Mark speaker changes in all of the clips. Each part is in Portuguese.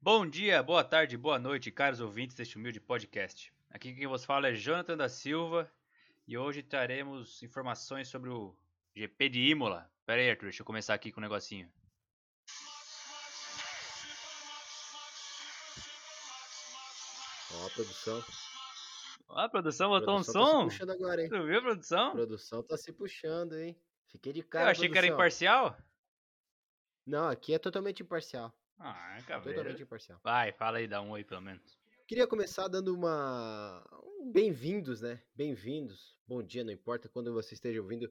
Speaker 1: Bom dia, boa tarde, boa noite, caros ouvintes deste humilde podcast. Aqui quem vos fala é Jonathan da Silva e hoje traremos informações sobre o GP de Imola. Pera aí, Arthur, deixa eu começar aqui com um negocinho.
Speaker 2: Ó, a produção.
Speaker 1: Ó, a Ah, produção botou
Speaker 2: produção
Speaker 1: um
Speaker 2: tá
Speaker 1: som.
Speaker 2: se puxando agora, hein?
Speaker 1: Tu viu,
Speaker 2: A
Speaker 1: produção?
Speaker 2: produção tá se puxando, hein? Fiquei de
Speaker 1: eu
Speaker 2: cara.
Speaker 1: achei que era
Speaker 2: produção.
Speaker 1: imparcial.
Speaker 2: Não, aqui é totalmente imparcial.
Speaker 1: Ah, cabelo.
Speaker 2: Totalmente imparcial.
Speaker 1: Vai, fala aí, dá um oi pelo menos.
Speaker 2: Queria começar dando uma. um Bem-vindos, né? Bem-vindos. Bom dia, não importa quando você esteja ouvindo.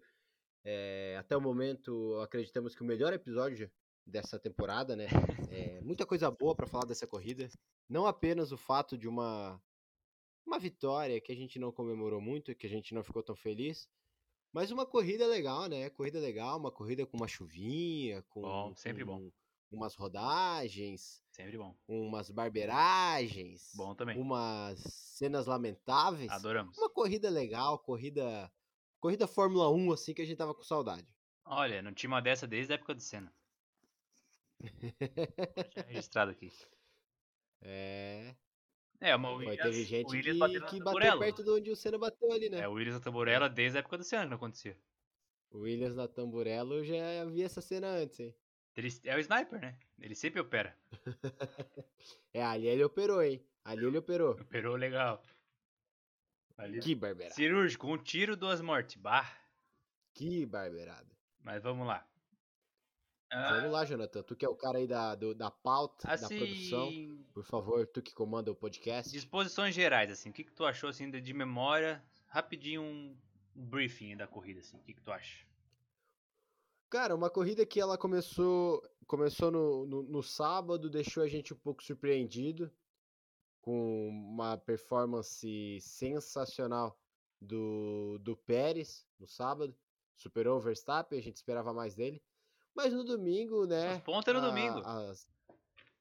Speaker 2: É, até o momento, acreditamos que o melhor episódio dessa temporada, né? É, muita coisa boa pra falar dessa corrida. Não apenas o fato de uma uma vitória que a gente não comemorou muito, que a gente não ficou tão feliz, mas uma corrida legal, né? Corrida legal, uma corrida com uma chuvinha, com,
Speaker 1: Bom, sempre bom.
Speaker 2: com umas rodagens,
Speaker 1: Sempre bom.
Speaker 2: umas barbeiragens,
Speaker 1: Bom também.
Speaker 2: umas cenas lamentáveis.
Speaker 1: Adoramos.
Speaker 2: Uma corrida legal, corrida. Corrida Fórmula 1, assim, que a gente tava com saudade.
Speaker 1: Olha, não tinha uma dessa desde a época do Senna. Já registrado aqui.
Speaker 2: É.
Speaker 1: É, uma
Speaker 2: Mas
Speaker 1: Williams,
Speaker 2: teve gente
Speaker 1: o Williams
Speaker 2: que,
Speaker 1: bateu na
Speaker 2: que
Speaker 1: tamborela.
Speaker 2: bateu perto de onde o Senna bateu ali, né?
Speaker 1: É, o Williams na tamborela desde a época do Senna que não acontecia.
Speaker 2: O Williams na tamburela, eu já vi essa cena antes, hein?
Speaker 1: Ele, é o sniper, né? Ele sempre opera.
Speaker 2: É, ali ele operou, hein? Ali ele operou.
Speaker 1: Operou legal. Ali,
Speaker 2: Que barbeirada.
Speaker 1: cirúrgico, um tiro, duas mortes. Bah,
Speaker 2: Que barbeirada.
Speaker 1: mas vamos lá. Ah,
Speaker 2: Vamos lá, Jonathan. Tu que é o cara aí da, do- da pauta, da produção.
Speaker 1: assim,
Speaker 2: Por favor, tu que comanda o podcast.
Speaker 1: disposições gerais, assim. O que, que tu achou, assim, de, de memória? Rapidinho, um, um briefing da corrida, assim. O que, que tu acha?
Speaker 2: Cara, uma corrida que ela começou começou no, no, no sábado, deixou a gente um pouco surpreendido com uma performance sensacional do, do Pérez no sábado. Superou o Verstappen, a gente esperava mais dele. Mas no domingo, né?
Speaker 1: Os pontos no
Speaker 2: a-
Speaker 1: domingo.
Speaker 2: As,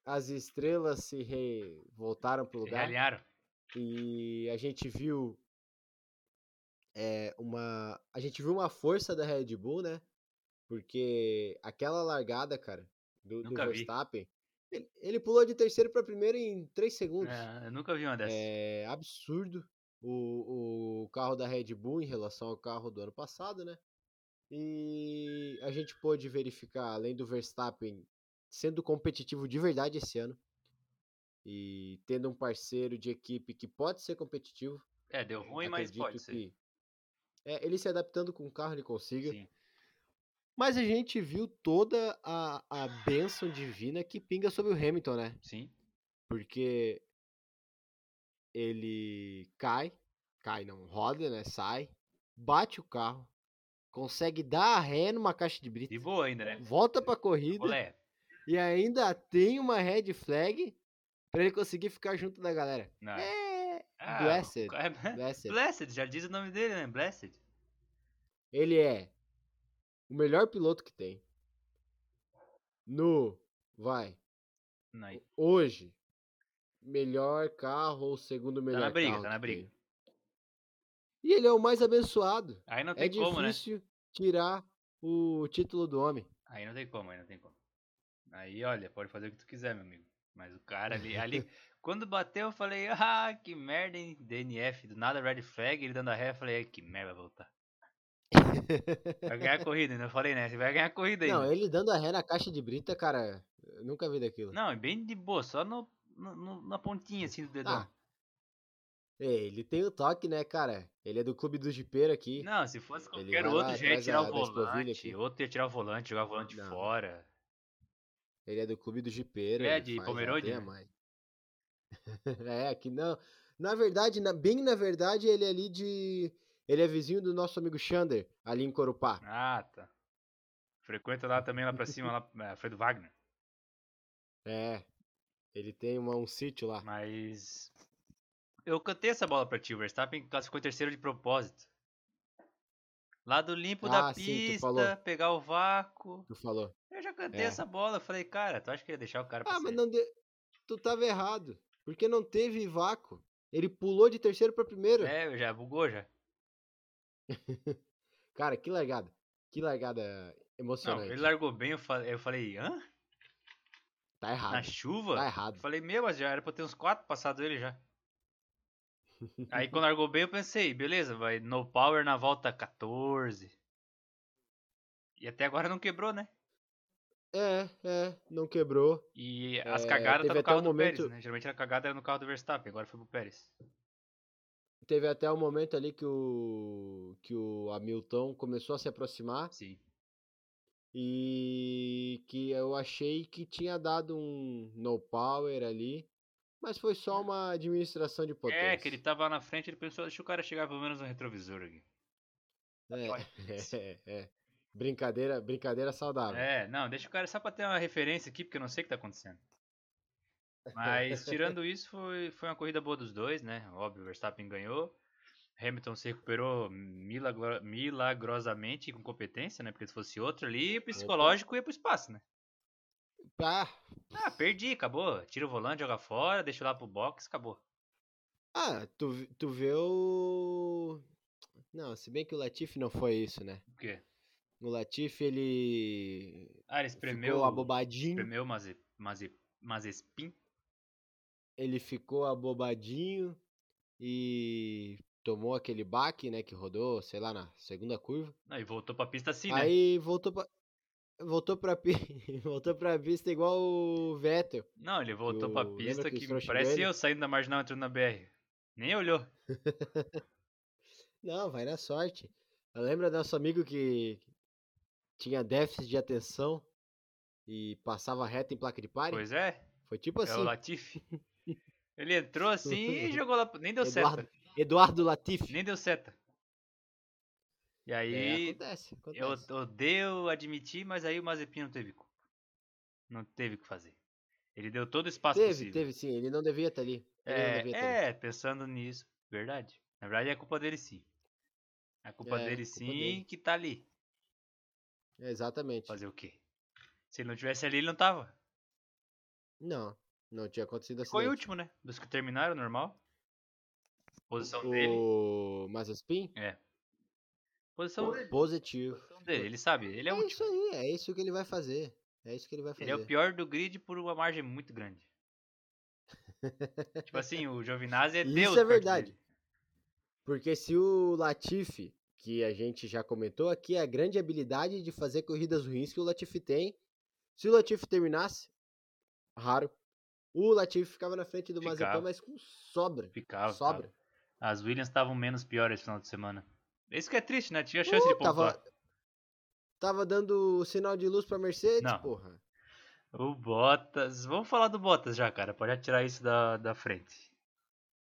Speaker 2: as estrelas se re- voltaram pro
Speaker 1: Se
Speaker 2: lugar.
Speaker 1: realinharam.
Speaker 2: E a gente viu é, uma. A gente viu uma força da Red Bull, né? Porque aquela largada, cara, do, do
Speaker 1: Nunca vi.
Speaker 2: Verstappen, ele, ele pulou de terceiro pra primeiro em 3 segundos.
Speaker 1: É, eu nunca vi uma dessas.
Speaker 2: É absurdo o, o carro da Red Bull em relação ao carro do ano passado, né? E a gente pôde verificar, além do Verstappen sendo competitivo de verdade esse ano e tendo um parceiro de equipe que pode ser competitivo,
Speaker 1: É, deu ruim, mas
Speaker 2: acredito
Speaker 1: pode ser.
Speaker 2: que é, ele se adaptando com o carro ele consiga.
Speaker 1: Sim.
Speaker 2: Mas a gente viu toda a, a bênção divina que pinga sobre o Hamilton, né?
Speaker 1: Sim.
Speaker 2: Porque ele cai, cai não, roda, né? Sai, bate o carro, consegue dar a ré numa caixa de brita,
Speaker 1: De boa ainda, né?
Speaker 2: volta é, pra corrida
Speaker 1: Olé.
Speaker 2: e ainda tem uma red flag pra ele conseguir ficar junto da galera.
Speaker 1: Não.
Speaker 2: É, assim.
Speaker 1: Ah,
Speaker 2: Blessed.
Speaker 1: o cara-
Speaker 2: blessed.
Speaker 1: Blessed, já diz o nome dele, né? Blessed.
Speaker 2: Ele é o melhor piloto que tem. No, vai,
Speaker 1: Não, e-
Speaker 2: hoje, melhor carro ou segundo melhor
Speaker 1: briga,
Speaker 2: carro
Speaker 1: tá na
Speaker 2: que
Speaker 1: briga.
Speaker 2: tem. E ele é o mais abençoado.
Speaker 1: Aí não tem
Speaker 2: É
Speaker 1: como, né?
Speaker 2: difícil tirar o título do homem.
Speaker 1: Aí não tem como, aí não tem como. Aí, olha, pode fazer o que tu quiser, meu amigo. Mas o cara ali, ali, quando bateu, eu falei, ah, que merda, hein? DNF, do nada, red flag, ele dando a ré, eu falei, "Ai, que merda, vai voltar. Vai ganhar a corrida, ainda eu falei, né? Você vai ganhar a corrida ainda.
Speaker 2: Não, ele dando a ré na caixa de brita, cara, eu nunca vi daquilo.
Speaker 1: Não, é bem de boa, só no, no- no- na pontinha, assim, do dedão.
Speaker 2: Ah, é, ele tem o toque, né, cara? Ele é do clube do jipeiro aqui.
Speaker 1: Não, se fosse
Speaker 2: Ele
Speaker 1: qualquer
Speaker 2: vai lá
Speaker 1: outro, já ia
Speaker 2: atrás
Speaker 1: tirar
Speaker 2: da-
Speaker 1: o
Speaker 2: da escovilha aqui.
Speaker 1: volante. Outro ia tirar o volante, jogar o volante
Speaker 2: Não.
Speaker 1: fora.
Speaker 2: Ele é do clube do jipeiro.
Speaker 1: Ele é
Speaker 2: ele
Speaker 1: de
Speaker 2: faz
Speaker 1: Pomerode,
Speaker 2: até
Speaker 1: né?
Speaker 2: mais. é, aqui não. Na verdade, na- bem na verdade, ele é ali de... Ele é vizinho do nosso amigo Xander, ali em Corupá.
Speaker 1: Ah, tá. Frequenta lá também, lá pra cima, lá é, foi do Wagner.
Speaker 2: É, ele tem uma- um sítio lá.
Speaker 1: Mas. Eu cantei essa bola pra ti, o Verstappen classificou em terceiro de propósito. Lado limpo da
Speaker 2: Ah, sim, tu
Speaker 1: pista,
Speaker 2: falou.
Speaker 1: pegar o vácuo.
Speaker 2: Tu falou.
Speaker 1: Eu já cantei
Speaker 2: É.
Speaker 1: essa bola, eu falei, cara, tu acha que ia deixar o cara pra
Speaker 2: Ah, mas
Speaker 1: sair?
Speaker 2: não deu. Tu tava errado. Porque não teve vácuo. Ele pulou de terceiro pra primeiro.
Speaker 1: É, já bugou já.
Speaker 2: Cara, que largada. é Que largada
Speaker 1: Não,
Speaker 2: emocionante.
Speaker 1: ele largou bem, eu falei, eu falei hã?
Speaker 2: Tá errado.
Speaker 1: Na chuva?
Speaker 2: Tá
Speaker 1: Eu
Speaker 2: errado.
Speaker 1: Falei, meu, mas já era pra eu ter uns quatro passado ele já. Aí quando largou bem, eu pensei, beleza, vai no power na volta 14. E até agora não quebrou, né?
Speaker 2: É, é, não quebrou.
Speaker 1: E as
Speaker 2: É,
Speaker 1: cagadas tá
Speaker 2: teve
Speaker 1: no
Speaker 2: até
Speaker 1: carro
Speaker 2: um
Speaker 1: do Pérez,
Speaker 2: momento-
Speaker 1: né? Geralmente a cagada era no carro do Verstappen, agora foi pro Pérez.
Speaker 2: Teve até um momento ali que o que o Hamilton começou a se aproximar
Speaker 1: Sim.
Speaker 2: e que eu achei que tinha dado um no power ali, mas foi só uma administração de potência.
Speaker 1: É, que ele tava na frente, ele pensou, deixa o cara chegar pelo menos no retrovisor aqui.
Speaker 2: É, é, é. Brincadeira, brincadeira saudável.
Speaker 1: É, não, deixa o cara só pra ter uma referência aqui, porque eu não sei o que tá acontecendo. Mas tirando isso, foi, foi uma corrida boa dos dois, né? Óbvio, o Verstappen ganhou. Hamilton se recuperou milagro- milagrosamente e com competência, né? Porque se fosse outro ali, o psicológico ia pro espaço, né?
Speaker 2: Pá.
Speaker 1: Ah, perdi, acabou. Tira o volante, joga fora, deixa lá pro box, acabou.
Speaker 2: Ah, tu, vi- tu vê o. Não, se bem que o Latifi não foi isso, né?
Speaker 1: O quê?
Speaker 2: O Latifi ele
Speaker 1: Ah, ele espremeu.
Speaker 2: ficou abobadinho.
Speaker 1: Espremeu Maze- Maze- Mazespin.
Speaker 2: ele ficou abobadinho e tomou aquele baque, né, que rodou, sei lá, na segunda curva.
Speaker 1: Não, e voltou pra pista assim, né?
Speaker 2: Aí voltou pra voltou para voltou para pista igual o Vettel.
Speaker 1: Não, ele voltou
Speaker 2: o-
Speaker 1: pra
Speaker 2: lembra
Speaker 1: pista
Speaker 2: que
Speaker 1: que,
Speaker 2: os trouxa
Speaker 1: parece
Speaker 2: dele?
Speaker 1: eu saindo da marginal entrando na BR. Nem olhou.
Speaker 2: Não, vai na sorte. Lembra nosso amigo que tinha déficit de atenção e passava reto em placa de pare?
Speaker 1: Pois é,
Speaker 2: Foi tipo
Speaker 1: é o
Speaker 2: assim,
Speaker 1: Latifi. Ele entrou assim e jogou lá. pro- Nem deu
Speaker 2: Eduardo,
Speaker 1: seta.
Speaker 2: Eduardo Latifi.
Speaker 1: Nem deu seta. E
Speaker 2: É,
Speaker 1: aí,
Speaker 2: acontece,
Speaker 1: eu
Speaker 2: acontece.
Speaker 1: odeio admitir, mas aí o Mazepin não teve. co- Não teve o que fazer. Ele deu todo o espaço
Speaker 2: Teve,
Speaker 1: possível.
Speaker 2: teve sim, ele não devia estar ali. Ele não devia estar ali.
Speaker 1: É, é, pensando nisso, verdade. Na verdade é culpa dele sim. A culpa
Speaker 2: É,
Speaker 1: dele
Speaker 2: culpa
Speaker 1: sim
Speaker 2: dele.
Speaker 1: que tá ali. é.
Speaker 2: Exatamente.
Speaker 1: Fazer o quê? Se ele não tivesse ali, ele não tava.
Speaker 2: Não, não tinha acontecido assim.
Speaker 1: Ficou em último, né? Dos que terminaram, normal. Posição dele.
Speaker 2: O Mazaspin?
Speaker 1: Posição dele.
Speaker 2: Positivo.
Speaker 1: Posição dele. Ele sabe, Então, ele é
Speaker 2: É
Speaker 1: o último.
Speaker 2: isso aí, é isso que ele vai fazer. É isso que ele vai fazer.
Speaker 1: Ele é o pior do grid por uma margem muito grande. tipo assim, o Giovinazzi é
Speaker 2: Isso
Speaker 1: Deus.
Speaker 2: é
Speaker 1: perto
Speaker 2: verdade.
Speaker 1: dele.
Speaker 2: Porque se o Latifi, que a gente já comentou aqui, a grande habilidade de fazer corridas ruins que o Latifi tem, se o Latifi terminasse, raro, o Latifi ficava na frente do
Speaker 1: Ficava.
Speaker 2: Mazepin, mas com sobra.
Speaker 1: Ficava.
Speaker 2: sobra.
Speaker 1: ficava. As Williams estavam menos piores esse final de semana. Isso que é triste, né? Tinha chance de pontuar.
Speaker 2: Tava, tava dando sinal de luz pra Mercedes,
Speaker 1: Não.
Speaker 2: porra.
Speaker 1: O Bottas. Vamos falar do Bottas já, cara. Pode atirar isso da, da frente.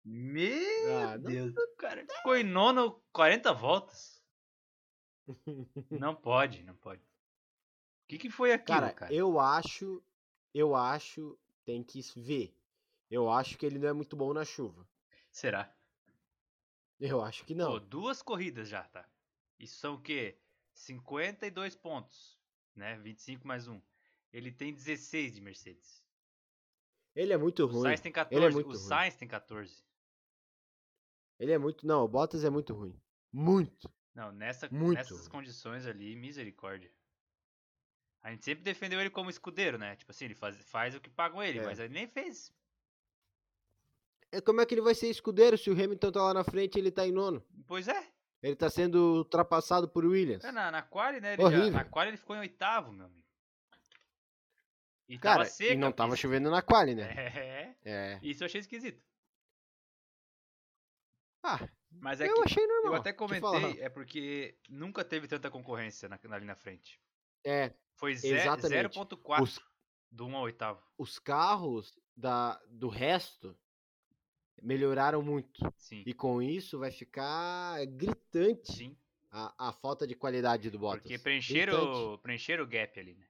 Speaker 1: Meu
Speaker 2: Ah, não-
Speaker 1: Deus, o cara ficou em nono 40 voltas. não pode, não pode. O que, que foi aquilo,
Speaker 2: Cara,
Speaker 1: cara?
Speaker 2: eu acho, eu acho, tem que s- ver. Eu acho que ele não é muito bom na chuva.
Speaker 1: Será?
Speaker 2: Eu acho que
Speaker 1: Pô,
Speaker 2: não.
Speaker 1: duas corridas já, tá? Isso são o quê? 52 pontos, né? 25 mais um. Ele tem 16 de Mercedes.
Speaker 2: Ele é muito
Speaker 1: O
Speaker 2: ruim.
Speaker 1: Sainz tem 14.
Speaker 2: muito
Speaker 1: o
Speaker 2: ruim.
Speaker 1: Sainz tem 14.
Speaker 2: Ele é muito, não, o Bottas é muito ruim. Muito.
Speaker 1: Não, nessa,
Speaker 2: Muito
Speaker 1: nessas
Speaker 2: ruim.
Speaker 1: condições ali, misericórdia. A gente sempre defendeu ele como escudeiro, né? Tipo assim, ele faz, faz o que pagam ele,
Speaker 2: É.
Speaker 1: mas ele nem fez.
Speaker 2: É como é que ele vai ser escudeiro se o Hamilton tá lá na frente e ele tá em nono?
Speaker 1: Pois é,
Speaker 2: Ele tá sendo ultrapassado por Williams.
Speaker 1: é, na, na quali, né? Ele já,
Speaker 2: Horrível.
Speaker 1: na quali ele ficou em oitavo, meu amigo. E
Speaker 2: Cara,
Speaker 1: tava seca.
Speaker 2: e não
Speaker 1: a
Speaker 2: tava
Speaker 1: pista.
Speaker 2: chovendo na quali, né?
Speaker 1: É,
Speaker 2: É.
Speaker 1: isso eu achei esquisito.
Speaker 2: Ah,
Speaker 1: Mas é
Speaker 2: eu
Speaker 1: que
Speaker 2: achei normal.
Speaker 1: eu até
Speaker 2: te falar.
Speaker 1: comentei, é porque nunca teve tanta concorrência na- ali na frente.
Speaker 2: É,
Speaker 1: Foi ze-
Speaker 2: Exatamente.
Speaker 1: 0.4
Speaker 2: Os-
Speaker 1: do 1 ao oitavo.
Speaker 2: os carros da, do resto melhoraram muito.
Speaker 1: Sim,
Speaker 2: E com isso vai ficar gritante
Speaker 1: sim.
Speaker 2: a, a falta de qualidade do Bottas.
Speaker 1: Porque preencheram,
Speaker 2: Gritante.
Speaker 1: o- preencheram o gap ali, né?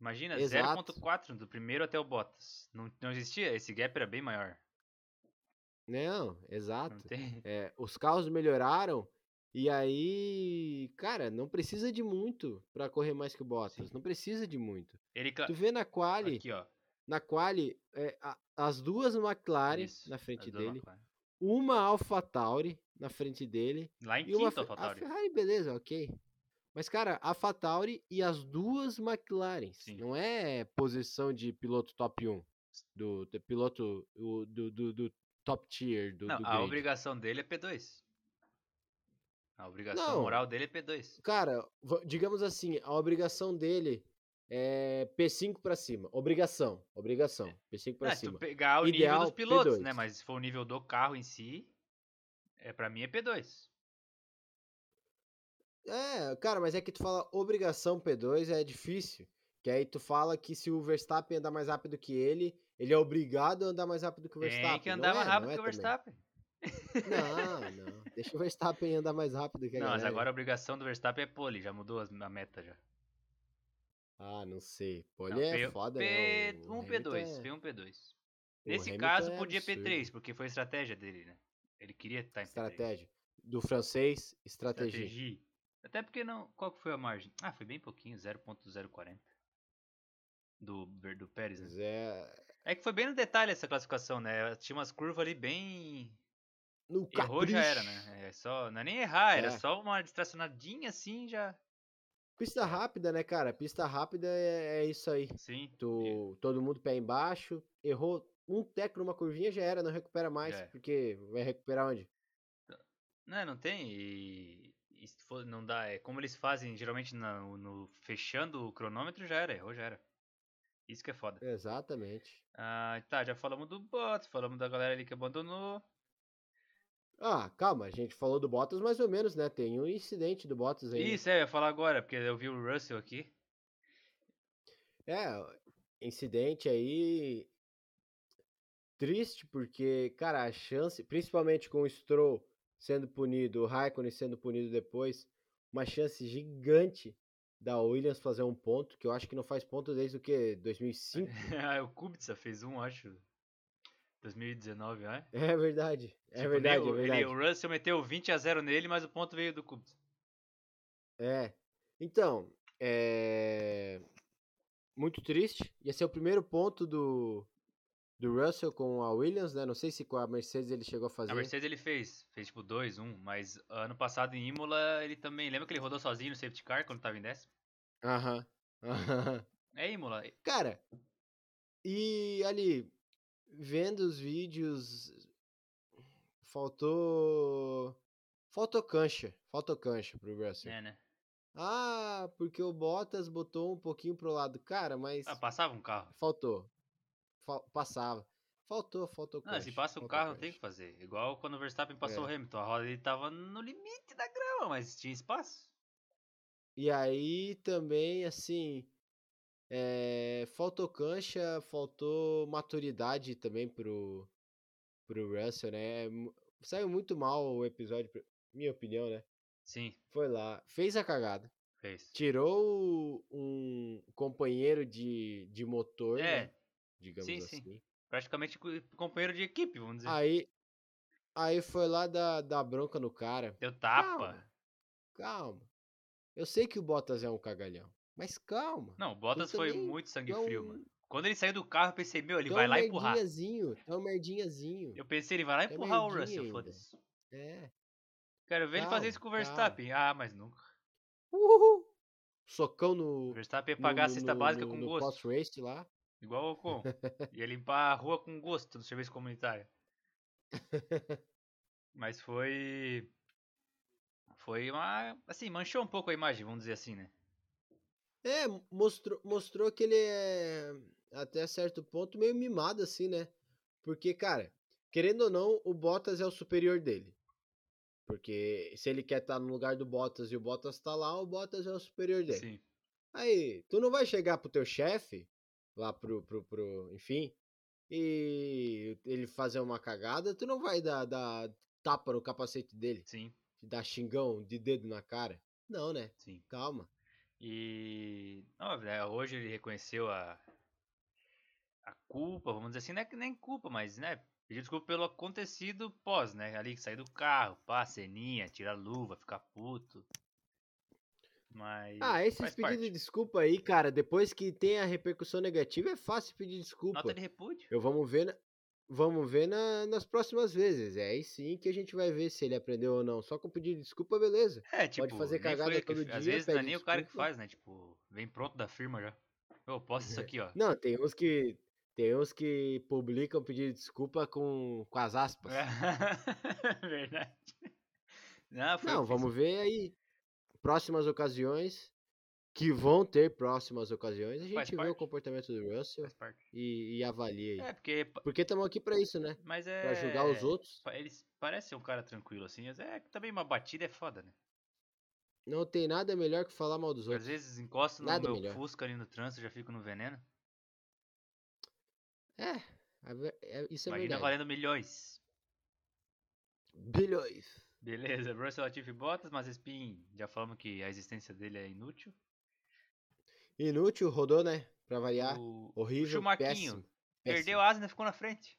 Speaker 1: Imagina,
Speaker 2: Exato.
Speaker 1: 0.4 do primeiro até o Bottas. Não, não existia, esse gap era bem maior.
Speaker 2: Não,
Speaker 1: Não
Speaker 2: exato.
Speaker 1: tem...
Speaker 2: É, os carros melhoraram e aí, cara, não precisa de muito pra correr mais que o Bottas. Não precisa de muito.
Speaker 1: Ele cla-
Speaker 2: Tu vê na quali,
Speaker 1: Tá aqui, ó.
Speaker 2: na quali é, a- as duas McLaren
Speaker 1: isso,
Speaker 2: na frente
Speaker 1: as duas
Speaker 2: dele,
Speaker 1: McLaren.
Speaker 2: uma Alpha Tauri na frente dele
Speaker 1: Lá em
Speaker 2: e uma,
Speaker 1: quinto,
Speaker 2: Fe- a
Speaker 1: AlphaTauri.
Speaker 2: Ferrari, beleza, ok. Mas, cara, a Fatauri e as duas McLaren.
Speaker 1: Sim.
Speaker 2: Não é posição de piloto top 1. Do, do piloto o- do, do, do top tier. Do,
Speaker 1: Não,
Speaker 2: do
Speaker 1: a
Speaker 2: grid.
Speaker 1: obrigação dele é P2. A obrigação
Speaker 2: Não.
Speaker 1: moral dele é P2.
Speaker 2: Cara, va- digamos assim, a obrigação dele é P5 pra cima. Obrigação, obrigação. P5 pra
Speaker 1: Ah, se tu
Speaker 2: cima.
Speaker 1: pegar o nível
Speaker 2: Ideal,
Speaker 1: dos pilotos,
Speaker 2: P2.
Speaker 1: né? Mas se for o nível do carro em si, é, pra mim é P2.
Speaker 2: É, cara, mas é que tu fala obrigação P2 é difícil. Que aí tu fala que se o Verstappen andar mais rápido que ele, ele é obrigado a andar mais rápido que o Verstappen.
Speaker 1: Tem que
Speaker 2: Não
Speaker 1: andar mais
Speaker 2: é, não
Speaker 1: rápido
Speaker 2: é
Speaker 1: que o
Speaker 2: também.
Speaker 1: Verstappen.
Speaker 2: Não, não. Deixa o Verstappen andar mais rápido que a
Speaker 1: Não, mas
Speaker 2: galera.
Speaker 1: agora a obrigação do Verstappen é pole, já mudou as- a meta já.
Speaker 2: Ah, não sei. Pô,
Speaker 1: Não,
Speaker 2: ele é
Speaker 1: P-
Speaker 2: foda, né?
Speaker 1: P1,
Speaker 2: O Hamilton
Speaker 1: P2,
Speaker 2: é-
Speaker 1: P1, P2.
Speaker 2: o
Speaker 1: Nesse
Speaker 2: Hamilton
Speaker 1: caso,
Speaker 2: é
Speaker 1: podia
Speaker 2: absurdo.
Speaker 1: P3, porque foi estratégia dele, né? Ele queria estar em P3.
Speaker 2: Estratégia. Do francês, estratégia.
Speaker 1: Estratégia. Até porque não. Qual que foi a margem? Ah, foi bem pouquinho, 0.040. Do, Ver- do Pérez, né?
Speaker 2: Zé...
Speaker 1: É que foi bem no detalhe essa classificação, né? Tinha umas curvas ali bem.
Speaker 2: No
Speaker 1: Errou já era,
Speaker 2: Um capricho.
Speaker 1: né? É só... Não é nem errar, era
Speaker 2: É.
Speaker 1: só uma distracionadinha assim já.
Speaker 2: Pista rápida, né, cara? Pista rápida é, é isso aí.
Speaker 1: Sim. e-
Speaker 2: Tu, todo mundo pé embaixo, errou um teco numa curvinha, já era, não recupera mais,
Speaker 1: Já é.
Speaker 2: porque vai recuperar onde?
Speaker 1: Não, é, não tem. E, e se for- não dá. É como eles fazem geralmente na- no, fechando o cronômetro, já era, errou, já era. Isso que é foda.
Speaker 2: Exatamente.
Speaker 1: Ah, tá, já falamos do Bottas, falamos da galera ali que abandonou.
Speaker 2: Ah, calma, a gente falou do Bottas mais ou menos, né? Tem um incidente do Bottas aí.
Speaker 1: Isso, é, eu ia falar agora, porque eu vi o Russell aqui.
Speaker 2: É, incidente aí triste, porque, cara, a chance, principalmente com o Stroll sendo punido, o Raikkonen sendo punido depois, uma chance gigante da Williams fazer um ponto, que eu acho que não faz ponto desde o que? 2005?
Speaker 1: Ah, o Kubica fez um, acho. 2019, né?
Speaker 2: É verdade, é
Speaker 1: Tipo,
Speaker 2: verdade,
Speaker 1: nem-
Speaker 2: é
Speaker 1: ele-
Speaker 2: verdade.
Speaker 1: o Russell meteu 20 a 0 nele, mas o ponto veio do Kubica.
Speaker 2: É. Então, é. Muito triste. Ia ser o primeiro ponto do, do Russell com a Williams, né? Não sei se com a Mercedes ele chegou a fazer.
Speaker 1: A Mercedes ele fez, fez tipo 2, 1, um, mas ano passado em Imola ele também. Lembra que ele rodou sozinho no safety car quando tava em décimo?
Speaker 2: Aham. aham.
Speaker 1: É Imola.
Speaker 2: Cara, e ali, vendo os vídeos, faltou. Faltou cancha. Faltou cancha pro Russell.
Speaker 1: É, né?
Speaker 2: Ah, porque o Bottas botou um pouquinho pro lado. Cara, mas.
Speaker 1: Ah, passava um carro.
Speaker 2: Faltou. Fal- passava. Faltou, faltou
Speaker 1: Ah, se
Speaker 2: cancha,
Speaker 1: passa um
Speaker 2: faltou
Speaker 1: carro, tem que
Speaker 2: cancha.
Speaker 1: fazer. Igual quando o Verstappen passou o Hamilton. A roda dele tava no limite da grama, mas tinha espaço.
Speaker 2: E aí também, assim. é, faltou cancha, faltou maturidade também pro, pro Russell, né? Mu- Saiu muito mal o episódio, pra- minha opinião, né?
Speaker 1: Sim,
Speaker 2: Foi lá, fez a cagada,
Speaker 1: fez.
Speaker 2: tirou um companheiro de, de motor,
Speaker 1: É,
Speaker 2: né? Digamos
Speaker 1: sim, sim.
Speaker 2: assim.
Speaker 1: praticamente co- companheiro de equipe, vamos dizer.
Speaker 2: Aí, aí foi lá dar dar bronca no cara.
Speaker 1: Deu tapa.
Speaker 2: calma. calma. Eu sei que o Bottas é um cagalhão, mas calma.
Speaker 1: Não, o Bottas
Speaker 2: Tu
Speaker 1: foi
Speaker 2: também
Speaker 1: muito sangue
Speaker 2: é um-
Speaker 1: frio, mano. Quando ele saiu do carro, eu pensei, meu, ele
Speaker 2: Tu é
Speaker 1: vai
Speaker 2: um
Speaker 1: lá empurrar.
Speaker 2: merdinhazinho, tu é um merdinhazinho.
Speaker 1: Eu pensei, ele vai lá
Speaker 2: Tu é
Speaker 1: empurrar o
Speaker 2: merdinha
Speaker 1: Russell,
Speaker 2: ainda.
Speaker 1: foda-se.
Speaker 2: É.
Speaker 1: Quero ver ele fazer
Speaker 2: Calma,
Speaker 1: isso com o
Speaker 2: calma.
Speaker 1: Verstappen. Ah, mas nunca.
Speaker 2: Uhul. Socão
Speaker 1: O
Speaker 2: no.
Speaker 1: Verstappen ia
Speaker 2: no-
Speaker 1: pagar a
Speaker 2: no-
Speaker 1: cesta
Speaker 2: no-
Speaker 1: básica
Speaker 2: no-
Speaker 1: com
Speaker 2: no
Speaker 1: gosto.
Speaker 2: post race lá.
Speaker 1: Igual o Ocon. Ia limpar a rua com gosto no serviço comunitário. Mas foi. Foi uma. Assim, manchou um pouco a imagem, vamos dizer assim, né?
Speaker 2: É, mostrou, mostrou que ele é, até certo ponto, meio mimado assim, né? Porque, cara, querendo ou não, o Bottas é o superior dele. Porque se ele quer estar no lugar do Bottas e o Bottas tá lá, o Bottas é o superior dele.
Speaker 1: Sim.
Speaker 2: Aí, tu não vai chegar pro teu chefe, lá pro, pro, pro. Enfim, e ele fazer uma cagada, tu não vai dar, dar tapa no capacete dele,
Speaker 1: Sim,
Speaker 2: dar xingão de dedo na cara. Não, né?
Speaker 1: sim.
Speaker 2: Calma.
Speaker 1: E. Óbvio, né, Hoje ele reconheceu a. A culpa, vamos dizer assim, não é que nem culpa, mas, né? Pediu desculpa pelo acontecido pós, né? Ali que sair do carro, pá, ceninha, tirar a luva, ficar puto. Mas.
Speaker 2: Ah, esses
Speaker 1: faz
Speaker 2: pedidos
Speaker 1: parte.
Speaker 2: de desculpa aí, cara, depois que tem a repercussão negativa, é fácil pedir desculpa.
Speaker 1: Nota de repúdio.
Speaker 2: Eu vamos ver. na- Vamos ver na- nas próximas vezes. É aí sim que a gente vai ver se ele aprendeu ou não. Só com pedir desculpa, beleza.
Speaker 1: É, tipo,
Speaker 2: fazer
Speaker 1: nem
Speaker 2: cagada
Speaker 1: foi eu que
Speaker 2: todo
Speaker 1: fi- Às
Speaker 2: dia,
Speaker 1: vezes não é
Speaker 2: pede
Speaker 1: nem o cara que
Speaker 2: desculpa. É.
Speaker 1: faz, né? Tipo, vem pronto da firma já. Eu posto isso aqui, ó.
Speaker 2: Não, tem uns que. Tem uns que publicam pedir desculpa com, com as aspas.
Speaker 1: É. Verdade. Não, foi
Speaker 2: Não,
Speaker 1: o que fiz.
Speaker 2: vamos ver aí. Próximas ocasiões. Que vão ter próximas ocasiões. A
Speaker 1: Faz
Speaker 2: gente vê o
Speaker 1: parte.
Speaker 2: comportamento do Russell
Speaker 1: Faz parte.
Speaker 2: e, e avalia aí.
Speaker 1: É, porque.
Speaker 2: Porque estamos aqui pra isso, né?
Speaker 1: Mas é.
Speaker 2: Pra ajudar os outros.
Speaker 1: pa- Ele parece ser um cara tranquilo assim, mas é que também uma batida é foda, né?
Speaker 2: Não tem nada melhor que falar mal dos
Speaker 1: Às
Speaker 2: outros.
Speaker 1: vezes encosto no
Speaker 2: Nada
Speaker 1: meu
Speaker 2: melhor.
Speaker 1: fusca ali no trânsito, já fico no veneno.
Speaker 2: É, a ver- é- isso é
Speaker 1: Imagina
Speaker 2: verdade.
Speaker 1: valendo milhões.
Speaker 2: Bilhões.
Speaker 1: Beleza, Russell Latifi Bottas, mas Spin, já falamos que a existência dele é inútil.
Speaker 2: Inútil, rodou, né? Pra variar.
Speaker 1: o
Speaker 2: Horrível,
Speaker 1: Schumaquinho
Speaker 2: péssimo. péssimo.
Speaker 1: perdeu a asa e ainda ficou na frente.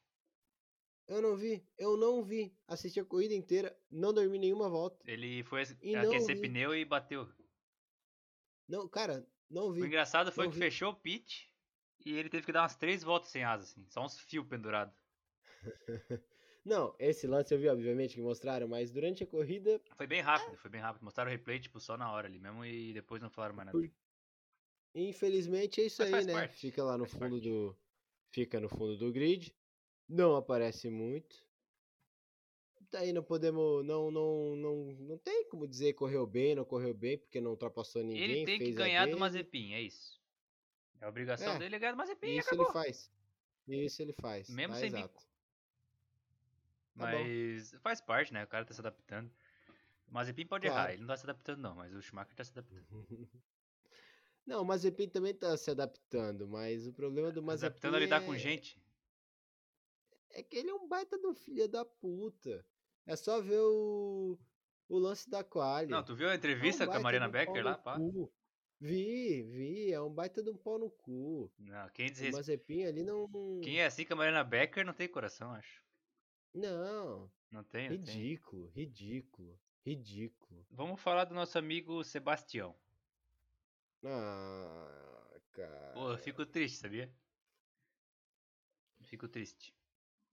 Speaker 2: Eu não vi, eu não vi. Assisti a corrida inteira, não dormi nenhuma volta.
Speaker 1: Ele foi aque-
Speaker 2: E não
Speaker 1: aquecer
Speaker 2: vi.
Speaker 1: pneu e bateu.
Speaker 2: Não, cara, não
Speaker 1: O
Speaker 2: vi.
Speaker 1: engraçado foi
Speaker 2: Não
Speaker 1: que
Speaker 2: vi.
Speaker 1: fechou o pit e ele teve que dar umas três voltas sem asa, assim, só uns fios pendurados.
Speaker 2: Não, esse lance eu vi, obviamente, que mostraram, mas durante a corrida,
Speaker 1: Foi bem rápido, foi bem rápido. Mostraram o replay, tipo, só na hora ali mesmo e depois não falaram mais nada.
Speaker 2: Por- infelizmente, é isso
Speaker 1: Mas
Speaker 2: aí,
Speaker 1: faz
Speaker 2: né?
Speaker 1: parte,
Speaker 2: Fica lá no
Speaker 1: faz
Speaker 2: fundo
Speaker 1: parte.
Speaker 2: do. Fica no fundo do grid. Não aparece muito. Daí não podemos. Não, não, não, não tem como dizer correu bem, não correu bem, porque não ultrapassou ninguém.
Speaker 1: Ele tem que
Speaker 2: fez a
Speaker 1: ganhar do
Speaker 2: dele,
Speaker 1: Mazepin, é isso. É a obrigação
Speaker 2: É,
Speaker 1: dele é ganhar do Mazepin e
Speaker 2: Isso
Speaker 1: acabou.
Speaker 2: ele faz. Isso ele faz.
Speaker 1: Mesmo
Speaker 2: tá
Speaker 1: sem
Speaker 2: exato. tá bom.
Speaker 1: Mas faz parte, né? O cara tá se adaptando. O Mazepin pode errar,
Speaker 2: Claro.
Speaker 1: ele não tá se adaptando não, mas o Schumacher tá se adaptando.
Speaker 2: Não, o Mazepin também tá se adaptando, mas o problema do Mazepin
Speaker 1: Tá adaptando a lidar com
Speaker 2: é-
Speaker 1: gente.
Speaker 2: é que ele é um baita do filho da puta. É só ver o, o lance da Quali.
Speaker 1: Não, tu viu a
Speaker 2: É um
Speaker 1: entrevista com a
Speaker 2: baita
Speaker 1: Mariana
Speaker 2: de um pau
Speaker 1: Becker lá?
Speaker 2: no
Speaker 1: Pá?
Speaker 2: cu. Vi, vi, é um baita de um pau no cu.
Speaker 1: Não, quem,
Speaker 2: O
Speaker 1: desres...
Speaker 2: Mazepin ali não...
Speaker 1: quem é assim com a Mariana Becker não tem coração, acho.
Speaker 2: Não,
Speaker 1: Não tem, não tem.
Speaker 2: ridículo, ridículo, ridículo.
Speaker 1: Vamos falar do nosso amigo Sebastião.
Speaker 2: Ah, cara...
Speaker 1: Pô, eu fico triste, sabia? Fico triste.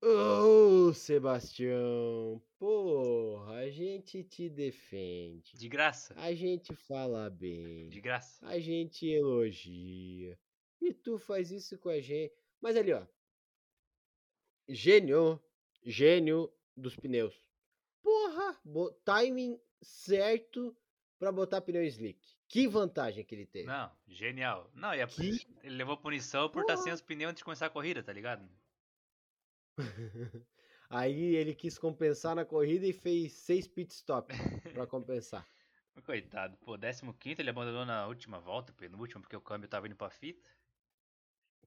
Speaker 2: Ô, Sebastião, porra, a gente te defende,
Speaker 1: De graça.
Speaker 2: a gente fala bem,
Speaker 1: De graça.
Speaker 2: a gente elogia, e tu faz isso com a gente. Mas ali, ó, gênio, gênio dos pneus. Porra, bo- timing certo pra botar pneu slick. Que vantagem que ele teve.
Speaker 1: Não, genial. Não, e a-
Speaker 2: Ah, é. Que-
Speaker 1: ele levou punição por estar sem os pneus antes de começar a corrida, tá ligado?
Speaker 2: Aí ele quis compensar na corrida e fez seis pit stops pra compensar.
Speaker 1: Coitado, pô, 15 ele abandonou na última volta, penúltima, porque o câmbio tava indo pra fita.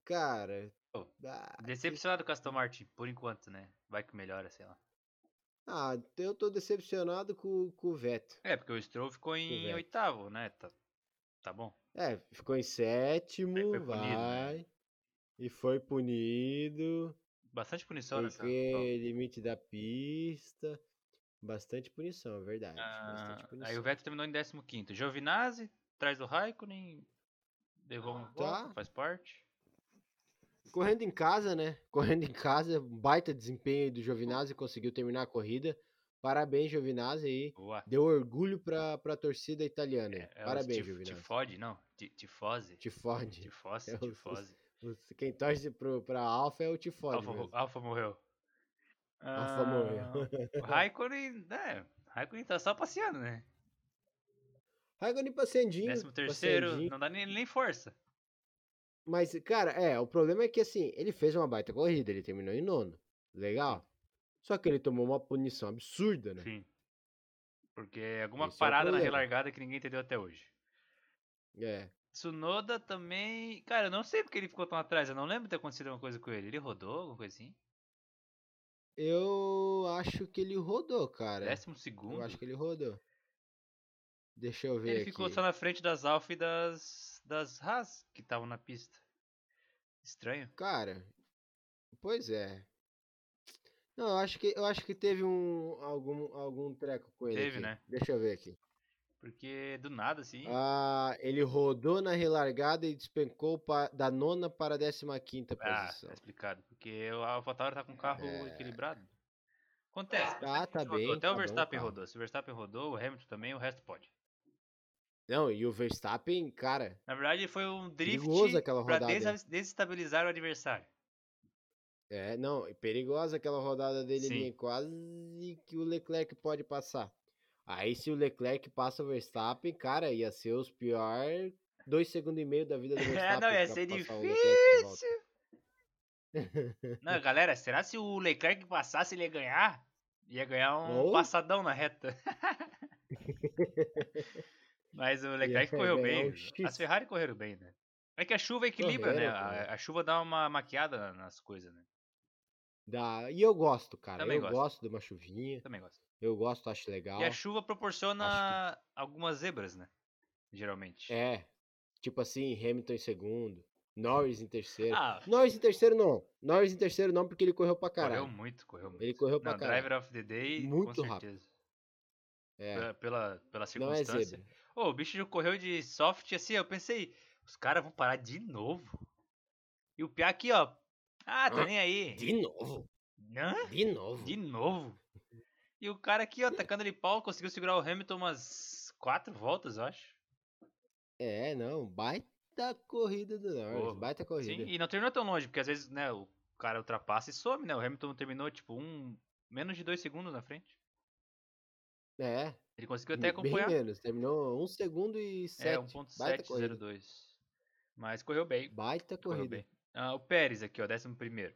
Speaker 2: Cara.
Speaker 1: Pô,
Speaker 2: ah,
Speaker 1: Decepcionado com a Aston Martin, por enquanto, né? Vai que melhora, sei lá.
Speaker 2: Ah, eu tô decepcionado com, com o Veto.
Speaker 1: É, porque o Stroll ficou em
Speaker 2: Correto.
Speaker 1: oitavo, né? Tá, tá bom.
Speaker 2: É, ficou em sétimo,
Speaker 1: Aí foi punido, né?
Speaker 2: vai. E foi punido.
Speaker 1: Bastante punição
Speaker 2: Porque
Speaker 1: nessa. prova.
Speaker 2: limite da pista. Bastante punição, é verdade.
Speaker 1: Ah,
Speaker 2: bastante punição.
Speaker 1: aí o Vettel terminou em 15. Giovinazzi, traz do Raikkonen, levou
Speaker 2: Tá.
Speaker 1: um ponto, faz parte.
Speaker 2: Correndo em casa, né? Correndo em casa, um baita desempenho aí do Giovinazzi, conseguiu terminar a corrida. Parabéns, Giovinazzi aí.
Speaker 1: Boa.
Speaker 2: Deu orgulho pra, pra torcida italiana. aí.
Speaker 1: É, é
Speaker 2: Parabéns,
Speaker 1: o tif,
Speaker 2: Giovinazzi.
Speaker 1: tifode, não? Ti- Tifose.
Speaker 2: Tifode.
Speaker 1: Tifose,
Speaker 2: É o-
Speaker 1: tifose.
Speaker 2: Os- Quem torce pro, pra Alfa é o Tifone.
Speaker 1: Alfa,
Speaker 2: mesmo.
Speaker 1: Alfa morreu.
Speaker 2: Alfa
Speaker 1: Ah,
Speaker 2: morreu.
Speaker 1: o Raikkonen, né? Raikkonen tá só passeando, né?
Speaker 2: Raikkonen passeandinho.
Speaker 1: Décimo terceiro,
Speaker 2: passeandinho.
Speaker 1: não dá nem, nem força.
Speaker 2: Mas, cara, é, o problema é que assim, ele fez uma baita corrida, ele terminou em nono. Legal. Só que ele tomou uma punição absurda, né?
Speaker 1: Sim. Porque alguma
Speaker 2: Esse é o
Speaker 1: parada na
Speaker 2: problema.
Speaker 1: relargada que ninguém entendeu até hoje.
Speaker 2: É.
Speaker 1: Tsunoda também. Cara, eu não sei porque ele ficou tão atrás. Eu não lembro de ter acontecido alguma coisa com ele. Ele rodou, alguma coisa assim?
Speaker 2: Eu acho que ele rodou, cara.
Speaker 1: Décimo
Speaker 2: Eu
Speaker 1: segundo.
Speaker 2: acho que ele rodou. Deixa eu ver
Speaker 1: Ele
Speaker 2: aqui.
Speaker 1: ficou só na frente das Alfa e das. das Haas que estavam na pista. Estranho.
Speaker 2: Cara, pois é. Não, eu acho que, eu acho que teve um, algum, algum treco com ele.
Speaker 1: Teve,
Speaker 2: aqui.
Speaker 1: né?
Speaker 2: Deixa eu ver aqui.
Speaker 1: Porque do nada, assim.
Speaker 2: Ah, ele rodou na relargada e despencou pa- da nona para a décima quinta
Speaker 1: Ah,
Speaker 2: posição.
Speaker 1: tá explicado. Porque o AlphaTauri tá com o carro
Speaker 2: um É.
Speaker 1: equilibrado. Acontece.
Speaker 2: Ah, tá
Speaker 1: rodou.
Speaker 2: bem.
Speaker 1: Até
Speaker 2: tá
Speaker 1: o
Speaker 2: bom,
Speaker 1: Verstappen
Speaker 2: tá.
Speaker 1: rodou. Se o Verstappen rodou, o Hamilton também, o resto pode.
Speaker 2: Não, e o Verstappen, cara,
Speaker 1: Na verdade, foi um drift
Speaker 2: Perigoso aquela
Speaker 1: pra
Speaker 2: rodada,
Speaker 1: desa- desestabilizar o adversário.
Speaker 2: é, não, é perigosa aquela rodada dele
Speaker 1: Sim.
Speaker 2: ali, é quase que o Leclerc pode passar. Aí se o Leclerc passa o Verstappen, cara, ia ser os pior dois segundos e meio da vida do Verstappen.
Speaker 1: É, não, ia
Speaker 2: pra
Speaker 1: ser
Speaker 2: passar o Leclerc de volta.
Speaker 1: Não, galera, será se o Leclerc passasse ele ia ganhar? Ia ganhar um
Speaker 2: Ou-
Speaker 1: passadão na reta. Mas o Leclerc correu
Speaker 2: ganhar
Speaker 1: bem.
Speaker 2: um X.
Speaker 1: As Ferrari correram bem, né? É que a chuva equilibra,
Speaker 2: Correram,
Speaker 1: né? A-
Speaker 2: correram.
Speaker 1: A, chuva dá uma maquiada na- nas coisas, né?
Speaker 2: Dá- E eu gosto, cara.
Speaker 1: Também
Speaker 2: eu
Speaker 1: gosto.
Speaker 2: gosto. de uma chuvinha.
Speaker 1: Eu também gosto.
Speaker 2: Eu gosto, acho legal.
Speaker 1: E a chuva proporciona algumas zebras, né? Geralmente.
Speaker 2: É. Tipo assim, Hamilton em segundo, Norris em terceiro.
Speaker 1: Hum. Ah,
Speaker 2: Norris em terceiro não. Norris em terceiro não, porque ele correu pra caralho.
Speaker 1: correu muito, correu muito.
Speaker 2: Ele correu pra
Speaker 1: Não,
Speaker 2: caralho.
Speaker 1: Driver of the Day, com
Speaker 2: Muito rápido.
Speaker 1: certeza.
Speaker 2: É,
Speaker 1: Pela, pela, pela
Speaker 2: não é
Speaker 1: circunstância.
Speaker 2: zebra.
Speaker 1: Ô, o bicho já correu de soft assim, eu pensei, os caras vão parar de novo. E o Piá aqui, ó. Ah, tá
Speaker 2: Hã?
Speaker 1: nem aí.
Speaker 2: De novo.
Speaker 1: Hã?
Speaker 2: De novo.
Speaker 1: De novo. E o cara aqui, ó, tacando ele pau, conseguiu segurar o Hamilton umas quatro voltas, eu acho.
Speaker 2: É, não. Baita corrida do Norris.
Speaker 1: Pô,
Speaker 2: baita
Speaker 1: Sim,
Speaker 2: corrida.
Speaker 1: e não terminou tão longe, porque às vezes, né, o cara ultrapassa e some, né? O Hamilton terminou, tipo, um. menos de dois segundos na frente.
Speaker 2: É.
Speaker 1: Ele conseguiu até
Speaker 2: bem
Speaker 1: acompanhar.
Speaker 2: menos. Terminou 1 segundo e 7.
Speaker 1: É,
Speaker 2: baita corrida.
Speaker 1: 1.702. Mas correu bem.
Speaker 2: Baita
Speaker 1: Correu
Speaker 2: corrida.
Speaker 1: bem. Ah, o Pérez aqui, ó, décimo primeiro.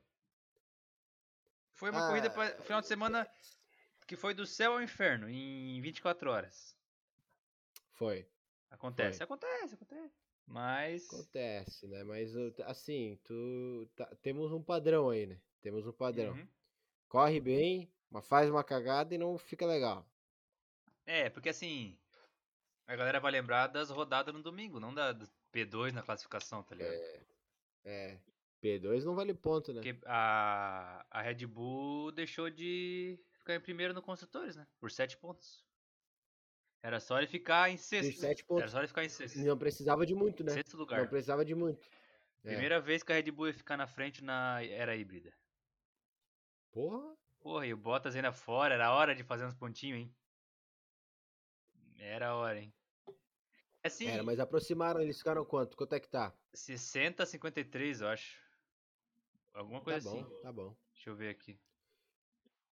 Speaker 1: Foi uma corrida para
Speaker 2: Ah,
Speaker 1: final de semana que foi do céu ao inferno em 24 horas.
Speaker 2: Foi.
Speaker 1: Acontece,
Speaker 2: Foi.
Speaker 1: acontece, acontece. Mas
Speaker 2: Acontece, né? Mas eu- assim, tu. tá- temos um padrão aí, né? Temos um padrão.
Speaker 1: Uhum.
Speaker 2: Corre bem, mas faz uma cagada e não fica legal.
Speaker 1: é, porque assim, a galera vai lembrar das rodadas no domingo, não da do P2 na classificação, tá ligado?
Speaker 2: É. P2 não vale ponto, né?
Speaker 1: Porque a, a Red Bull deixou de ficar em primeiro no Construtores, né? Por 7 pontos. Era só ele ficar em
Speaker 2: Dos
Speaker 1: sexto.
Speaker 2: sete
Speaker 1: Era
Speaker 2: pontos.
Speaker 1: só ele ficar em sexto.
Speaker 2: Não precisava de muito, né?
Speaker 1: Sexto lugar.
Speaker 2: Não precisava de muito. É.
Speaker 1: Primeira vez que a Red Bull ia ficar na frente na era híbrida.
Speaker 2: Porra.
Speaker 1: Porra, e o Bottas ainda fora, era hora de fazer uns pontinhos, hein? Era hora, hein? É assim,
Speaker 2: Era, mas aproximaram, eles ficaram quanto? Quanto é que tá?
Speaker 1: 60 53, eu acho. Alguma
Speaker 2: Tá
Speaker 1: coisa
Speaker 2: bom,
Speaker 1: assim.
Speaker 2: tá bom.
Speaker 1: Deixa eu ver aqui.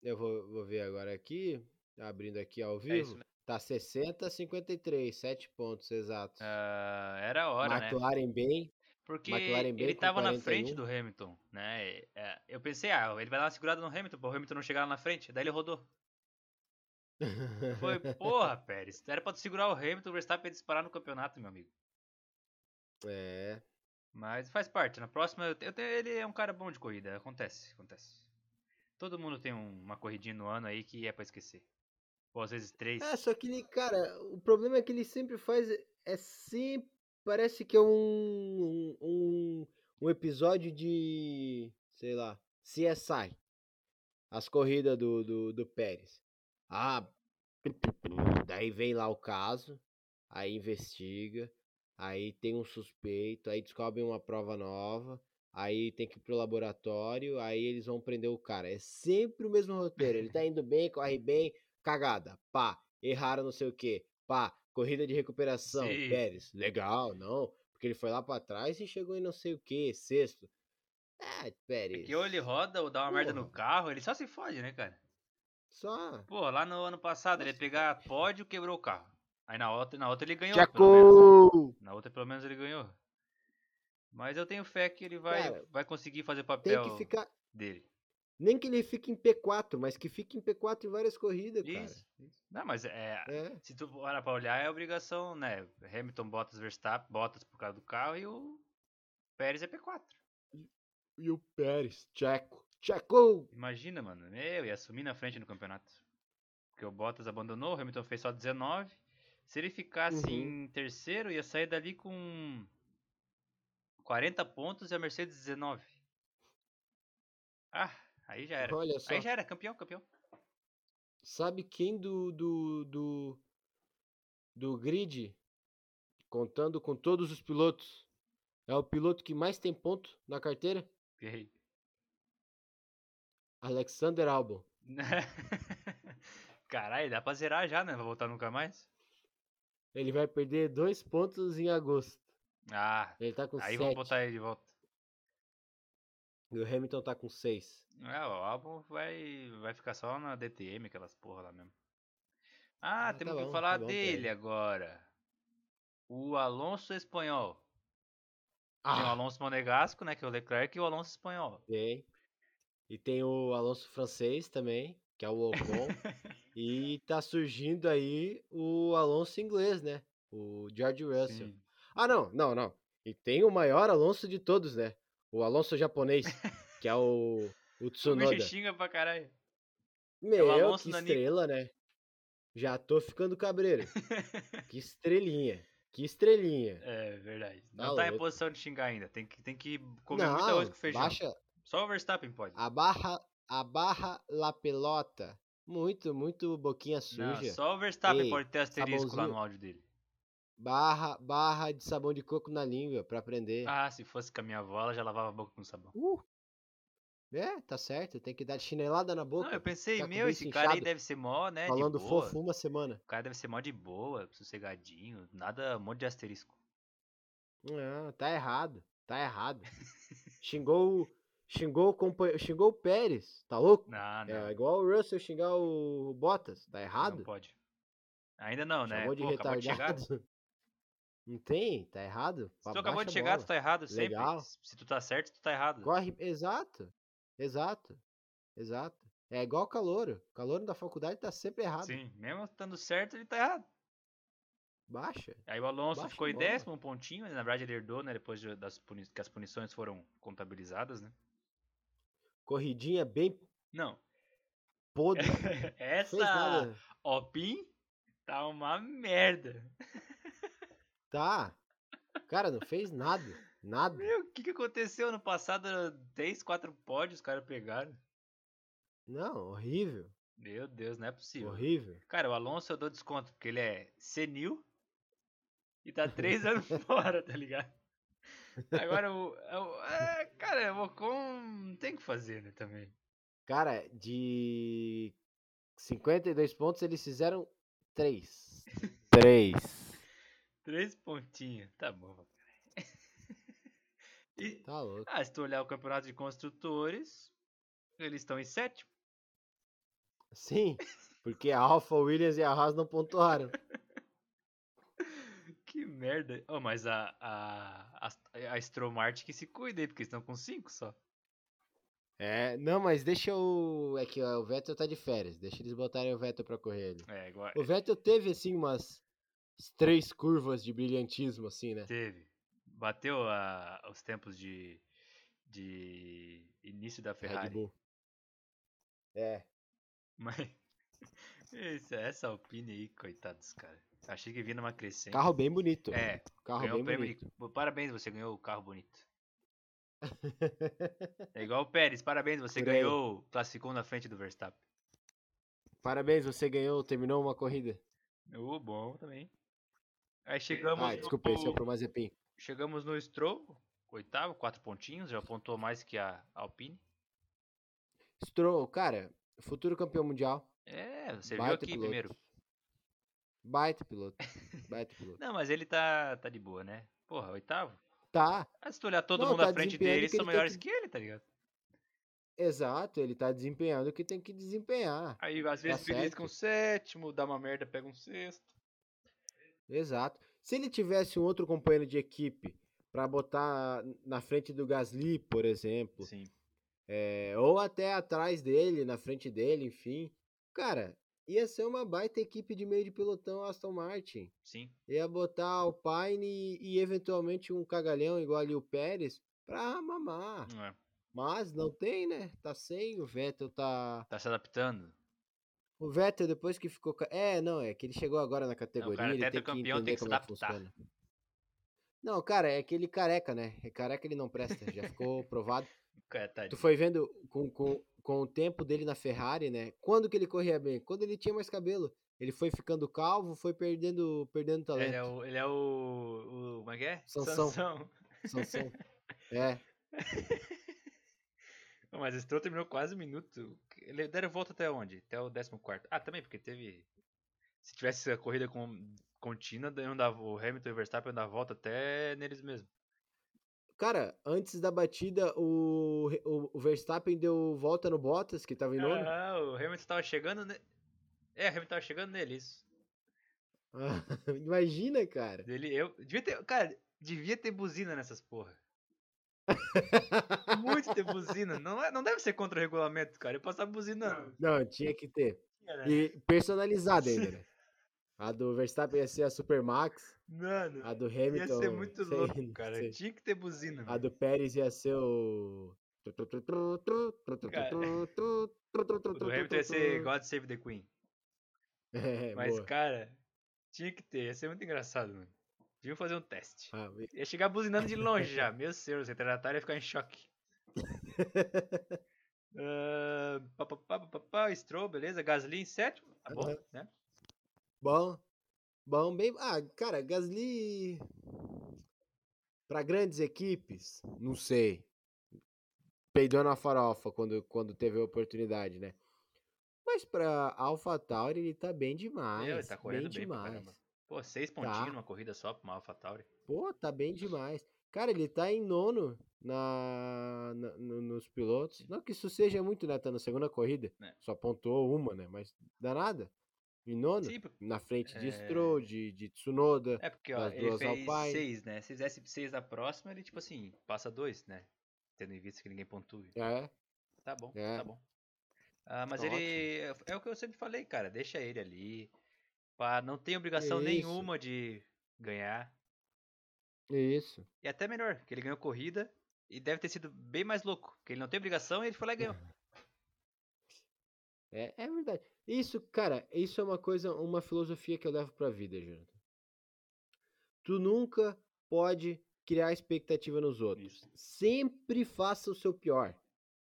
Speaker 2: Eu vou, vou ver agora aqui, abrindo aqui ao
Speaker 1: É isso
Speaker 2: vivo.
Speaker 1: mesmo.
Speaker 2: tá 60 a 53, 7 pontos exatos.
Speaker 1: Ah, era hora, né?
Speaker 2: McLaren bem.
Speaker 1: Porque
Speaker 2: McLaren bem
Speaker 1: ele
Speaker 2: com
Speaker 1: tava na
Speaker 2: 41.
Speaker 1: frente do Hamilton, né? E, é, eu pensei, ah, ele vai dar uma segurada no Hamilton, pra o Hamilton não chegar lá na frente. Daí ele rodou. Foi, porra, Pérez. Era pra tu segurar o Hamilton, o Verstappen ia disparar no campeonato, meu amigo.
Speaker 2: é,
Speaker 1: Mas faz parte. Na próxima, eu te- eu te- ele é um cara bom de corrida. Acontece, acontece. Todo mundo tem um- uma corridinha no ano aí que é pra esquecer. Ou às vezes três.
Speaker 2: É, só que ele, cara, o problema é que ele sempre faz. É sempre. Parece que é um. Um, um episódio de. Sei lá. CSI. As corridas do, do, do Pérez. Ah. Daí vem lá o caso. Aí investiga. Aí tem um suspeito. Aí descobre uma prova nova. Aí tem que ir pro laboratório. Aí eles vão prender o cara. É sempre o mesmo roteiro. Ele tá indo bem, corre bem. Cagada. Pá. Erraram não sei o que. Pá. Corrida de recuperação.
Speaker 1: Sim.
Speaker 2: Pérez. Legal, não. Porque ele foi lá pra trás e chegou em não sei o que. Sexto. Ah, Pérez.
Speaker 1: Porque ou ele roda ou dá uma merda no
Speaker 2: Porra.
Speaker 1: carro, ele só se fode, né, cara?
Speaker 2: Só.
Speaker 1: Pô, lá no ano passado ele ia pegar pódio quebrou o carro. Aí na outra, na outra ele ganhou. pelo menos.
Speaker 2: Tchaco!
Speaker 1: Na outra pelo menos ele ganhou. Mas eu tenho fé que ele vai,
Speaker 2: Cara,
Speaker 1: vai conseguir fazer o
Speaker 2: Tem
Speaker 1: papel
Speaker 2: que ficar.
Speaker 1: dele.
Speaker 2: Nem que ele fique em P4, mas que fique em P4 em várias corridas, cara.
Speaker 1: Isso. Não, mas é,
Speaker 2: É.
Speaker 1: Se tu parar pra olhar, é obrigação, né? Hamilton, Bottas, Verstappen, Bottas por causa do carro e o Pérez é P4.
Speaker 2: E o Pérez, Tcheco. Tcheco!
Speaker 1: Imagina, mano. Eu ia assumir na frente no campeonato. Porque o Bottas abandonou, o Hamilton fez só 19. Se ele ficasse
Speaker 2: Uhum.
Speaker 1: em terceiro, ia sair dali com 40 pontos e a Mercedes 19. Ah, aí já era.
Speaker 2: Olha só.
Speaker 1: Aí já era, campeão, campeão.
Speaker 2: Sabe quem do, do, do, do grid, contando com todos os pilotos, é o piloto que mais tem ponto na carteira?
Speaker 1: Errei.
Speaker 2: Alexander Albon.
Speaker 1: Caralho, dá pra zerar já, né? Vai voltar nunca mais?
Speaker 2: Ele vai perder dois pontos em agosto.
Speaker 1: Ah,
Speaker 2: Ele tá com
Speaker 1: aí
Speaker 2: sete.
Speaker 1: vamos botar ele de volta.
Speaker 2: E o Hamilton tá com seis.
Speaker 1: É, o álbum vai, vai ficar só na DTM, aquelas porra lá mesmo. Ah,
Speaker 2: Ah,
Speaker 1: temos
Speaker 2: tá
Speaker 1: que
Speaker 2: bom,
Speaker 1: falar
Speaker 2: tá bom,
Speaker 1: dele
Speaker 2: peraí.
Speaker 1: agora. O Alonso espanhol. Tem o
Speaker 2: Ah,
Speaker 1: Alonso monegasco, né? Que é o Leclerc, e o Alonso espanhol.
Speaker 2: tem. E tem o Alonso francês também, que é o Ocon. e tá surgindo aí o Alonso inglês, né? O George Russell.
Speaker 1: Sim.
Speaker 2: Ah, não, não, não. E tem o maior Alonso de todos, né? O Alonso japonês, que é o, o
Speaker 1: O bicho
Speaker 2: Tsunoda.
Speaker 1: xinga pra caralho.
Speaker 2: Meu,
Speaker 1: Alonso
Speaker 2: que
Speaker 1: Nanico.
Speaker 2: estrela, né? Já tô ficando cabreiro. que estrelinha. Que estrelinha.
Speaker 1: É verdade.
Speaker 2: Tá
Speaker 1: Não tá em
Speaker 2: louco.
Speaker 1: posição de xingar ainda. Tem que, tem que comer
Speaker 2: não,
Speaker 1: muita coisa com feijão.
Speaker 2: baixa, Ah,
Speaker 1: Só o Verstappen pode.
Speaker 2: abarra, abarra la pelota. Muito, muito boquinha
Speaker 1: Não,
Speaker 2: suja.
Speaker 1: só o Verstappen
Speaker 2: Ei,
Speaker 1: pode ter asterisco lá
Speaker 2: sabãozinho.
Speaker 1: no áudio dele.
Speaker 2: Barra, barra de sabão de coco na língua pra aprender.
Speaker 1: Ah, se fosse com a minha avó, ela já lavava a boca com sabão.
Speaker 2: Uh. É, tá certo. Tem que dar chinelada na boca.
Speaker 1: Não, eu pensei,
Speaker 2: tá com o
Speaker 1: meu,
Speaker 2: beiço
Speaker 1: esse cara aí
Speaker 2: inchado,
Speaker 1: deve ser mó, né?
Speaker 2: falando
Speaker 1: de boa.
Speaker 2: fofo uma semana.
Speaker 1: O cara deve ser mó de boa, sossegadinho, nada, um monte de asterisco.
Speaker 2: Não, tá errado. Tá errado. xingou, o- xingou, o companhe- xingou o Pérez. Tá louco?
Speaker 1: Não, Ah, não.
Speaker 2: É igual o Russell xingar o Bottas, tá
Speaker 1: Não
Speaker 2: errado?
Speaker 1: pode. Ainda não, né?
Speaker 2: Chamou de
Speaker 1: Pô, acabou de chegar.
Speaker 2: retardado. não tem, tá errado.
Speaker 1: Se tu acabou
Speaker 2: Abaixa
Speaker 1: de
Speaker 2: a
Speaker 1: chegar,
Speaker 2: bola.
Speaker 1: tu tá errado sempre.
Speaker 2: Legal.
Speaker 1: Se tu tá certo, tu tá errado.
Speaker 2: Corre, exato. Exato. Exato. É igual o calouro. O calouro da faculdade tá sempre errado.
Speaker 1: Sim, mesmo estando certo, ele tá errado.
Speaker 2: Baixa.
Speaker 1: Aí o Alonso
Speaker 2: Baixa
Speaker 1: ficou em
Speaker 2: bola.
Speaker 1: décimo, um pontinho, mas na verdade ele herdou, né? Depois de- das puni- que as punições foram contabilizadas, né?
Speaker 2: Corridinha bem
Speaker 1: Não.
Speaker 2: podre. Fez
Speaker 1: Essa
Speaker 2: nada.
Speaker 1: Opin tá uma merda.
Speaker 2: Tá. Cara, não fez nada. Nada.
Speaker 1: Meu, o que, que aconteceu no passado? Era 3, 4 pódios os caras pegaram.
Speaker 2: Não, horrível.
Speaker 1: Meu Deus, não é possível.
Speaker 2: Horrível.
Speaker 1: Cara, o Alonso eu dou desconto, porque ele é senil e tá três anos fora, tá ligado? Agora o. o- é, cara, o Ocon não tem o que fazer, né, também.
Speaker 2: Cara, de 52 pontos, eles fizeram 3. 3.
Speaker 1: Três pontinhos. Tá bom, cara. E,
Speaker 2: Tá louco.
Speaker 1: ah, se tu olhar o campeonato de construtores, eles estão em sétimo.
Speaker 2: Sim, porque a Alfa Williams e a Haas não pontuaram.
Speaker 1: Que merda. Oh, mas a, a, a, a Stromart que se cuida aí, porque estão com cinco só.
Speaker 2: É, não, mas deixa o. É que ó, o Vettel tá de férias. Deixa eles botarem o Vettel pra correr ali.
Speaker 1: É, agora.
Speaker 2: O Vettel teve, assim, umas três curvas de brilhantismo, assim, né?
Speaker 1: Teve. Bateu a- os tempos de, de início da
Speaker 2: Red
Speaker 1: Ferrari.
Speaker 2: Bull. É.
Speaker 1: Mas essa, essa Alpine aí, coitados, cara. Achei que vinha numa crescente.
Speaker 2: Carro bem bonito.
Speaker 1: É,
Speaker 2: carro
Speaker 1: ganhou
Speaker 2: bem
Speaker 1: o prêmio de-
Speaker 2: bonito.
Speaker 1: Parabéns, você ganhou o carro bonito. É igual o Pérez, parabéns, você
Speaker 2: Por aí.
Speaker 1: ganhou, classificou na frente do Verstappen.
Speaker 2: Parabéns, você ganhou, terminou uma corrida.
Speaker 1: O bom também. Aí chegamos,
Speaker 2: ah, desculpa, esse é
Speaker 1: no,
Speaker 2: o pro Mazepin.
Speaker 1: chegamos no Stroll, oitavo, quatro pontinhos, já pontuou mais que a Alpine.
Speaker 2: Stroll, cara, futuro campeão mundial.
Speaker 1: É, você viu
Speaker 2: baita
Speaker 1: aqui
Speaker 2: piloto.
Speaker 1: primeiro.
Speaker 2: Baita piloto. Baita piloto.
Speaker 1: Não, mas ele tá, tá de boa, né? Porra, oitavo.
Speaker 2: Tá,
Speaker 1: Ah, se tu olhar todo
Speaker 2: Não,
Speaker 1: mundo
Speaker 2: tá
Speaker 1: à frente
Speaker 2: desempenhando
Speaker 1: dele,
Speaker 2: o que
Speaker 1: são
Speaker 2: ele tem
Speaker 1: melhores
Speaker 2: que-
Speaker 1: que ele, tá ligado?
Speaker 2: exato, ele tá desempenhando o que tem que desempenhar.
Speaker 1: Aí às
Speaker 2: Tá
Speaker 1: vezes feliz com um sétimo, dá uma merda, pega um sexto.
Speaker 2: Exato. Se ele tivesse um outro companheiro de equipe pra botar na frente do Gasly, por exemplo,
Speaker 1: Sim.
Speaker 2: é, ou até atrás dele, na frente dele, enfim, cara, ia ser uma baita equipe de meio de pelotão Aston Martin.
Speaker 1: Sim.
Speaker 2: Ia botar Alpine e, e eventualmente um cagalhão igual ali o Pérez pra mamar.
Speaker 1: não é.
Speaker 2: Mas não tem, né? Tá sem, o Vettel tá.
Speaker 1: Tá se adaptando.
Speaker 2: O Vettel depois que ficou. ca- É, não, é que ele chegou agora na categoria,
Speaker 1: cara é
Speaker 2: ele tem que
Speaker 1: tetracampeão,
Speaker 2: entender
Speaker 1: tem que se
Speaker 2: como é que
Speaker 1: adaptar.
Speaker 2: funciona. Não, cara, é aquele careca, né? É careca ele não presta, já ficou provado.
Speaker 1: Cara, tá
Speaker 2: Tu foi vendo com, com, com o tempo dele na Ferrari, né? Quando que ele corria bem? Quando ele tinha mais cabelo. Ele foi ficando calvo, foi perdendo, perdendo talento.
Speaker 1: Ele é o. Ele é o, o como é que é?
Speaker 2: Sansão. Sansão. É.
Speaker 1: Não, mas esse Stroll terminou quase um minuto. Ele deram volta até onde? Até o 14. Ah, também, porque teve. Se tivesse a corrida com, contínua, iam dar- o Hamilton e o Verstappen iam dar volta até neles mesmo.
Speaker 2: Cara, antes da batida, o, o, o Verstappen deu volta no Bottas, que tava em nono.
Speaker 1: Ah, o Hamilton tava chegando. Ne... É, o Hamilton tava chegando nele, isso.
Speaker 2: Imagina, cara.
Speaker 1: Ele, eu, devia ter, cara, devia ter buzina nessas porra. Muito ter buzina. Não, é, não deve ser contra o regulamento, cara. Eu passar buzinando.
Speaker 2: Não, tinha né? que ter.
Speaker 1: Cara,
Speaker 2: E personalizada ainda, né? A do Verstappen ia ser a Super Max,
Speaker 1: Mano,
Speaker 2: a do
Speaker 1: ia
Speaker 2: Hamilton.
Speaker 1: ser muito
Speaker 2: sei-
Speaker 1: louco, cara. tipo, né?
Speaker 2: sei.
Speaker 1: Tinha que ter buzina.
Speaker 2: A
Speaker 1: mano.
Speaker 2: do Pérez ia ser o.
Speaker 1: Cara, O do Hamilton ia ser God Save the Queen.
Speaker 2: É,
Speaker 1: Mas,
Speaker 2: boa.
Speaker 1: cara, tinha que ter. Ia ser muito engraçado, mano. Deviam fazer um teste.
Speaker 2: Ah, e-
Speaker 1: Ia chegar buzinando de longe já. Meu senhor, o retardatário ia ficar em choque. Ah, pá, pá, pá, pá, pá, Stroll, beleza. Gasly em sétimo. Tá bom,
Speaker 2: Aham.
Speaker 1: né?
Speaker 2: Bom. Bom, bem. Ah, cara, Gasly. Pra grandes equipes, não sei. Peidou na farofa quando, quando teve a oportunidade, né? Mas pra AlphaTauri ele tá bem demais.
Speaker 1: ele tá correndo bem pra
Speaker 2: demais.
Speaker 1: caramba. Pô, seis pontinhos
Speaker 2: Tá.
Speaker 1: numa corrida só pra uma AlphaTauri.
Speaker 2: Pô, tá bem demais. Cara, ele tá em nono na, na- no- nos pilotos. Não que isso seja muito, né? Tá na segunda corrida.
Speaker 1: É.
Speaker 2: Só pontuou uma, né? Mas dá nada. Em nono,
Speaker 1: Sim, por-
Speaker 2: na frente de
Speaker 1: É.
Speaker 2: Stroll, de, de Tsunoda.
Speaker 1: é porque, ó,
Speaker 2: das
Speaker 1: ele
Speaker 2: duas
Speaker 1: fez
Speaker 2: Alpine.
Speaker 1: seis, né? Se fizesse seis na próxima, ele, tipo assim, passa dois, né? Tendo em vista que ninguém pontue.
Speaker 2: É,
Speaker 1: Tá bom,
Speaker 2: É.
Speaker 1: tá bom. Ah, mas
Speaker 2: Tá
Speaker 1: ele. É o que eu sempre falei, cara. Deixa ele ali. Pá, não tem obrigação
Speaker 2: É isso.
Speaker 1: nenhuma de ganhar.
Speaker 2: é isso.
Speaker 1: E até melhor, porque ele ganhou corrida e deve ter sido bem mais louco. Porque ele não tem obrigação e ele foi lá e ganhou.
Speaker 2: É, é verdade. Isso, cara, isso é uma coisa, uma filosofia que eu levo pra vida, Jonathan. Tu nunca pode criar expectativa nos outros.
Speaker 1: Isso.
Speaker 2: Sempre faça o seu pior.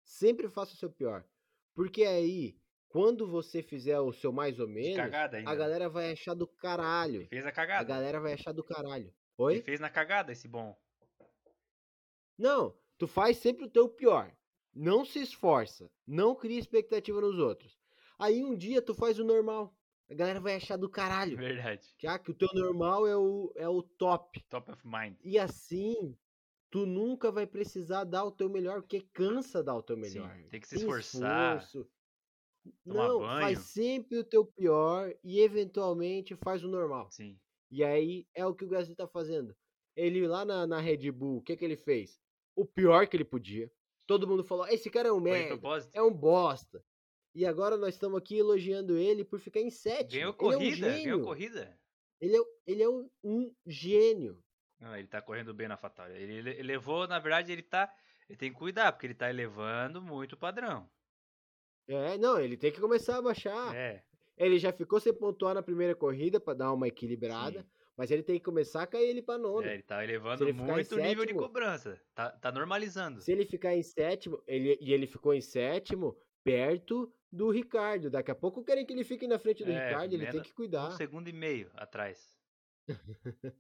Speaker 2: Sempre faça o seu pior. Porque aí, quando você fizer o seu mais ou
Speaker 1: De
Speaker 2: menos,
Speaker 1: cagada ainda.
Speaker 2: a
Speaker 1: né?
Speaker 2: galera vai achar do
Speaker 1: Ele
Speaker 2: caralho.
Speaker 1: fez a
Speaker 2: A
Speaker 1: cagada.
Speaker 2: galera vai achar do caralho.
Speaker 1: Ele
Speaker 2: Oi?
Speaker 1: fez na cagada esse bom.
Speaker 2: Não, tu faz sempre o teu pior. Não se esforça. Não cria expectativa nos outros. Aí um dia tu faz o normal. A galera vai achar do caralho.
Speaker 1: Verdade.
Speaker 2: Já que o teu normal é o, é o top.
Speaker 1: Top of mind.
Speaker 2: E assim, tu nunca vai precisar dar o teu melhor, porque cansa dar o teu
Speaker 1: Sim,
Speaker 2: melhor.
Speaker 1: tem que se esforçar.
Speaker 2: esforço.
Speaker 1: tomar
Speaker 2: Não,
Speaker 1: banho.
Speaker 2: faz sempre o teu pior e eventualmente faz o normal.
Speaker 1: Sim.
Speaker 2: E aí é o que o Gasly tá fazendo. Ele lá na, na Red Bull, o que que ele fez? O pior que ele podia. Todo mundo falou: esse cara é um
Speaker 1: Foi de
Speaker 2: merda,
Speaker 1: propósito.
Speaker 2: é um bosta. E agora nós estamos aqui elogiando ele por ficar em sete.
Speaker 1: Ganhou corrida,
Speaker 2: ele é um
Speaker 1: ganhou
Speaker 2: gênio.
Speaker 1: corrida.
Speaker 2: Ele é, ele é um, um gênio.
Speaker 1: Não, ele tá correndo bem na Fatalha. Ele ele elevou, na verdade, ele tá. Ele tem que cuidar, porque ele tá elevando muito o padrão.
Speaker 2: É, não, ele tem que começar a baixar.
Speaker 1: é.
Speaker 2: Ele já ficou sem pontuar na primeira corrida pra dar uma equilibrada,
Speaker 1: sim.
Speaker 2: mas ele tem que começar a cair ele pra nono.
Speaker 1: É, ele tá elevando
Speaker 2: ele ficar em
Speaker 1: muito o nível de
Speaker 2: sétimo-
Speaker 1: cobrança. Tá, tá normalizando.
Speaker 2: Se ele ficar em sétimo, ele, e ele ficou em sétimo, perto do Ricardo. Daqui a pouco querem que ele fique na frente do
Speaker 1: É,
Speaker 2: Ricardo, ele tem
Speaker 1: menos-
Speaker 2: que
Speaker 1: Um
Speaker 2: cuidar.
Speaker 1: segundo e meio atrás.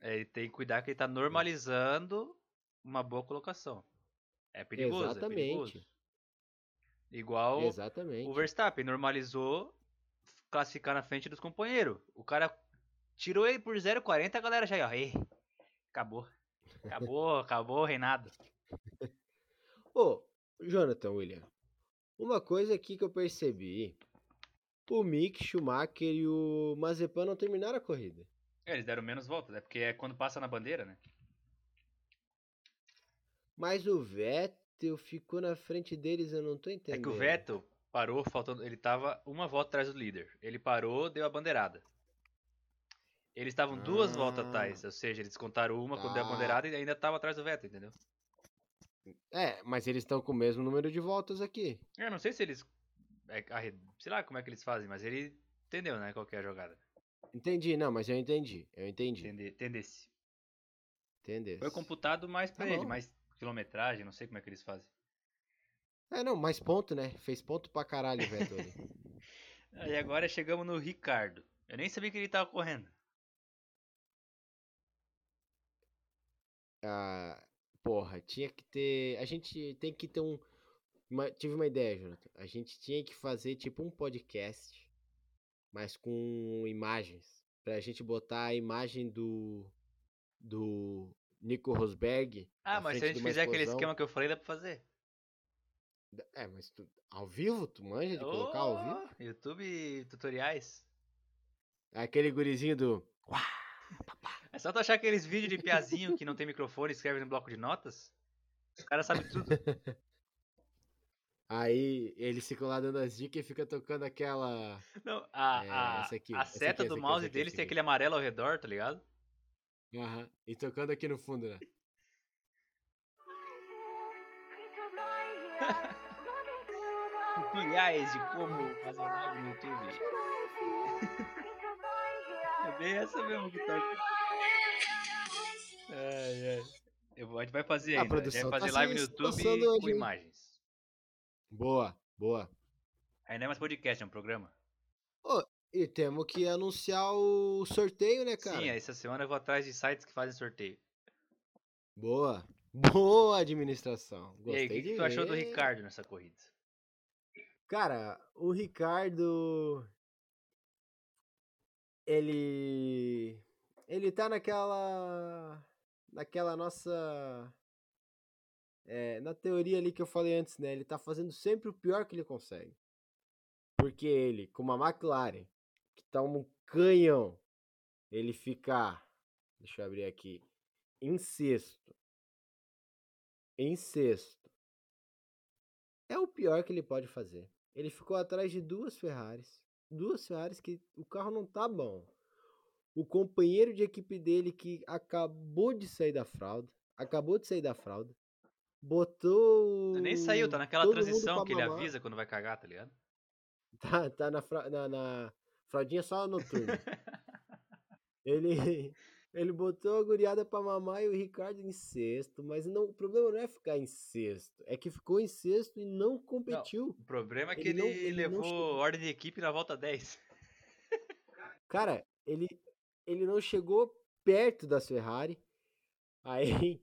Speaker 1: É, ele tem que cuidar que ele tá normalizando uma boa colocação. É perigoso,
Speaker 2: Exatamente.
Speaker 1: é perigoso. Igual
Speaker 2: Exatamente.
Speaker 1: o Verstappen normalizou classificar na frente dos companheiros. O cara tirou ele por 0,40, a galera já, ia, ó, "Ih, acabou. Acabou, acabou o reinado.
Speaker 2: Ô, Jonathan William, uma coisa aqui que eu percebi: o Mick Schumacher e o Mazepan não terminaram a corrida.
Speaker 1: É, eles deram menos voltas, é porque é quando passa na bandeira, né?
Speaker 2: Mas o Vettel ficou na frente deles, eu não tô entendendo.
Speaker 1: É que o Vettel parou, faltando. Ele tava uma volta atrás do líder. Ele parou, deu a bandeirada. Eles estavam duas
Speaker 2: Ah.
Speaker 1: voltas atrás, ou seja, eles contaram uma quando deu a
Speaker 2: Tá.
Speaker 1: bandeirada e ainda estava atrás do Vettel, entendeu?
Speaker 2: É, mas eles estão com o mesmo número de voltas aqui.
Speaker 1: Eu não sei se eles. é, arre- Sei lá como é que eles fazem, mas ele entendeu, né? Qual que é a jogada.
Speaker 2: Entendi, não, mas eu entendi. Eu entendi.
Speaker 1: Entende- Entendesse.
Speaker 2: Entendeu?
Speaker 1: Foi computado mais pra
Speaker 2: Tá
Speaker 1: ele,
Speaker 2: bom.
Speaker 1: mais quilometragem, não sei como é que eles fazem.
Speaker 2: É, não, mais ponto, né? Fez ponto pra caralho, Vettori. É, tá.
Speaker 1: E agora chegamos no Ricardo. Eu nem sabia que ele tava correndo.
Speaker 2: ah, porra, tinha que ter. A gente tem que ter um. uma- tive uma ideia, Jonathan. A gente tinha que fazer tipo um podcast, mas com imagens. Pra gente botar a imagem do. Do Nico Rosberg.
Speaker 1: Ah,
Speaker 2: na
Speaker 1: mas se a
Speaker 2: Tá frente
Speaker 1: gente
Speaker 2: de uma
Speaker 1: fizer aquele
Speaker 2: explosão.
Speaker 1: esquema que eu falei, dá pra fazer.
Speaker 2: É, mas tu- ao vivo? Tu manja de colocar ao vivo?
Speaker 1: Ô, YouTube tutoriais.
Speaker 2: Aquele gurizinho do.
Speaker 1: É só tu achar aqueles vídeos de piazinho que não tem microfone e escreve no bloco de notas. O cara sabe tudo.
Speaker 2: Aí eles ficam lá dando as dicas e fica tocando aquela.
Speaker 1: Não, a,
Speaker 2: É,
Speaker 1: a-
Speaker 2: essa aqui,
Speaker 1: a
Speaker 2: essa aqui,
Speaker 1: seta
Speaker 2: essa
Speaker 1: do
Speaker 2: aqui,
Speaker 1: mouse
Speaker 2: essa aqui,
Speaker 1: deles
Speaker 2: essa
Speaker 1: tem
Speaker 2: aqui.
Speaker 1: aquele amarelo ao redor, tá ligado?
Speaker 2: Aham. E tocando aqui no fundo, né?
Speaker 1: Milhares de como fazer live no YouTube. É bem essa mesmo que tá aqui. Ai, ai. Eu vou- a gente vai fazer
Speaker 2: A
Speaker 1: ainda. A gente vai
Speaker 2: produção tá
Speaker 1: fazer
Speaker 2: se
Speaker 1: live no YouTube
Speaker 2: esforçando
Speaker 1: com
Speaker 2: hoje, hein?
Speaker 1: imagens.
Speaker 2: Boa, boa.
Speaker 1: Aí não é mais podcast, é um programa.
Speaker 2: E temos que anunciar o sorteio, né, cara?
Speaker 1: Sim, é. essa semana eu vou atrás de sites que fazem sorteio.
Speaker 2: Boa. Boa administração.
Speaker 1: e aí,
Speaker 2: Gostei
Speaker 1: o que, que
Speaker 2: de
Speaker 1: tu achou do
Speaker 2: ver.
Speaker 1: Ricardo nessa corrida?
Speaker 2: Cara, o Ricardo. Ele. Ele tá naquela. Naquela nossa. é, na teoria ali que eu falei antes, né? Ele tá fazendo sempre o pior que ele consegue. Porque ele, com uma McLaren, que tá um canhão, ele ficar. Deixa eu abrir aqui. Em sexto. Em sexto. É o pior que ele pode fazer. Ele ficou atrás de duas Ferraris. Duas Ferraris que o carro não tá bom. O companheiro de equipe dele que acabou de sair da fralda. Acabou de sair da fralda. Botou.
Speaker 1: Nem saiu, tá naquela
Speaker 2: Hum, todo mundo
Speaker 1: transição
Speaker 2: pra
Speaker 1: que ele
Speaker 2: mamar.
Speaker 1: avisa quando vai cagar, tá ligado?
Speaker 2: Tá, tá na, fra- na, na fraldinha só noturna. ele, ele botou a guriada pra mamar e o Ricardo em sexto, mas não, o problema não é ficar em sexto, é que ficou em sexto e não competiu.
Speaker 1: O problema é que ele,
Speaker 2: Ele não- ele não
Speaker 1: levou
Speaker 2: chegou.
Speaker 1: ordem de equipe na volta 10.
Speaker 2: Cara, ele, ele não chegou perto da Ferrari. Aí,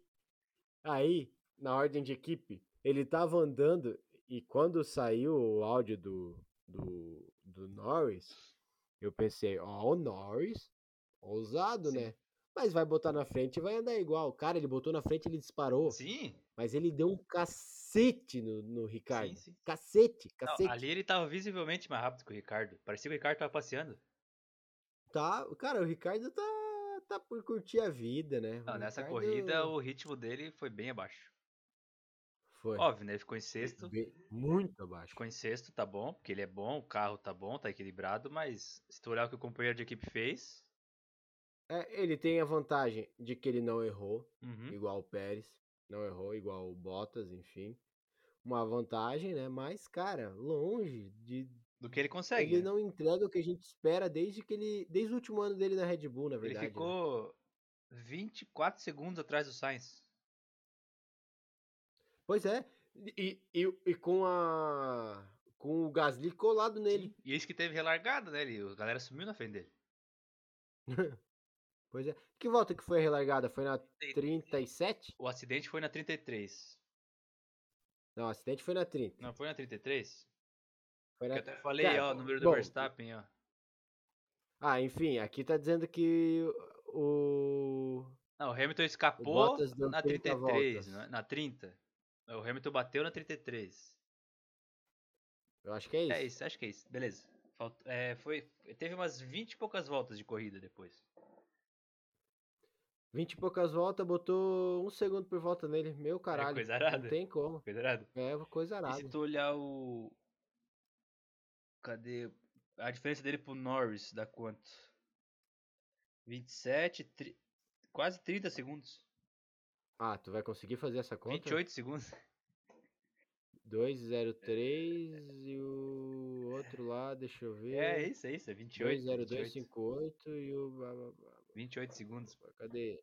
Speaker 2: aí, na ordem de equipe, ele tava andando e quando saiu o áudio do, do, do Norris, eu pensei, ó, o Norris, ousado,
Speaker 1: Sim.
Speaker 2: né? Mas vai botar na frente e vai andar igual. Cara, ele botou na frente, ele disparou,
Speaker 1: Sim,
Speaker 2: mas ele deu um cacete no, no
Speaker 1: sim,
Speaker 2: Ricardo.
Speaker 1: sim.
Speaker 2: Cacete,
Speaker 1: Não,
Speaker 2: cacete.
Speaker 1: ali ele tava visivelmente mais rápido que o Ricardo. Parecia que o Ricardo tava passeando.
Speaker 2: Tá, cara, o Ricardo tá, tá por curtir a vida, né? O
Speaker 1: Não, nessa
Speaker 2: Ricardo
Speaker 1: corrida o ritmo dele foi bem abaixo.
Speaker 2: foi
Speaker 1: Óbvio, né? Ele ficou em sexto.
Speaker 2: bem- muito abaixo.
Speaker 1: Ficou em sexto, tá bom, porque ele é bom, o carro tá bom, tá equilibrado, mas se tu olhar o que o companheiro de equipe fez.
Speaker 2: É, ele tem a vantagem de que ele não errou,
Speaker 1: uhum,
Speaker 2: igual o Pérez, não errou, igual o Bottas, enfim. Uma vantagem, né? Mas, cara, longe de.
Speaker 1: do que ele consegue.
Speaker 2: ele
Speaker 1: né?
Speaker 2: não entrega o que a gente espera desde que ele. Desde o último ano dele na Red Bull, na
Speaker 1: Ele
Speaker 2: verdade. né?
Speaker 1: ficou 24 segundos atrás do Sainz.
Speaker 2: Pois é. E, e, e com a. Com o Gasly colado nele.
Speaker 1: Sim, E isso que teve relargada, né? Ele, a galera sumiu na frente dele.
Speaker 2: Pois é. Que volta que foi a relargada? Foi na 37?
Speaker 1: O acidente foi na 33.
Speaker 2: Não, o acidente foi na 30.
Speaker 1: Não, foi na 33? Que
Speaker 2: Foi na
Speaker 1: eu até falei,
Speaker 2: Cara,
Speaker 1: ó, o número do
Speaker 2: bom,
Speaker 1: Verstappen, ó.
Speaker 2: Ah, enfim, aqui tá dizendo que o.
Speaker 1: Não, o Hamilton escapou
Speaker 2: Bottas deu
Speaker 1: na
Speaker 2: 30
Speaker 1: 33,
Speaker 2: voltas.
Speaker 1: né? na 30. O Hamilton bateu na 33.
Speaker 2: Eu acho que é isso.
Speaker 1: É isso, acho que é isso. Beleza. Falt- é, foi, teve umas 20 e poucas voltas de corrida depois.
Speaker 2: 20 e poucas voltas, botou um segundo por volta nele. Meu caralho.
Speaker 1: É, coisa arada.
Speaker 2: Não tem como.
Speaker 1: Coisa errada.
Speaker 2: É uma coisa
Speaker 1: E
Speaker 2: arada.
Speaker 1: se tu olhar o. Cadê? A diferença dele pro Norris dá quanto? 27, tri... quase 30 segundos.
Speaker 2: Ah, tu vai conseguir fazer essa conta?
Speaker 1: 28 segundos. É,
Speaker 2: 203 e o outro lá, deixa eu ver.
Speaker 1: É isso, é isso. É 28. 28,
Speaker 2: 20258 e o. blá, blá, blá, blá.
Speaker 1: 28 segundos.
Speaker 2: Cadê?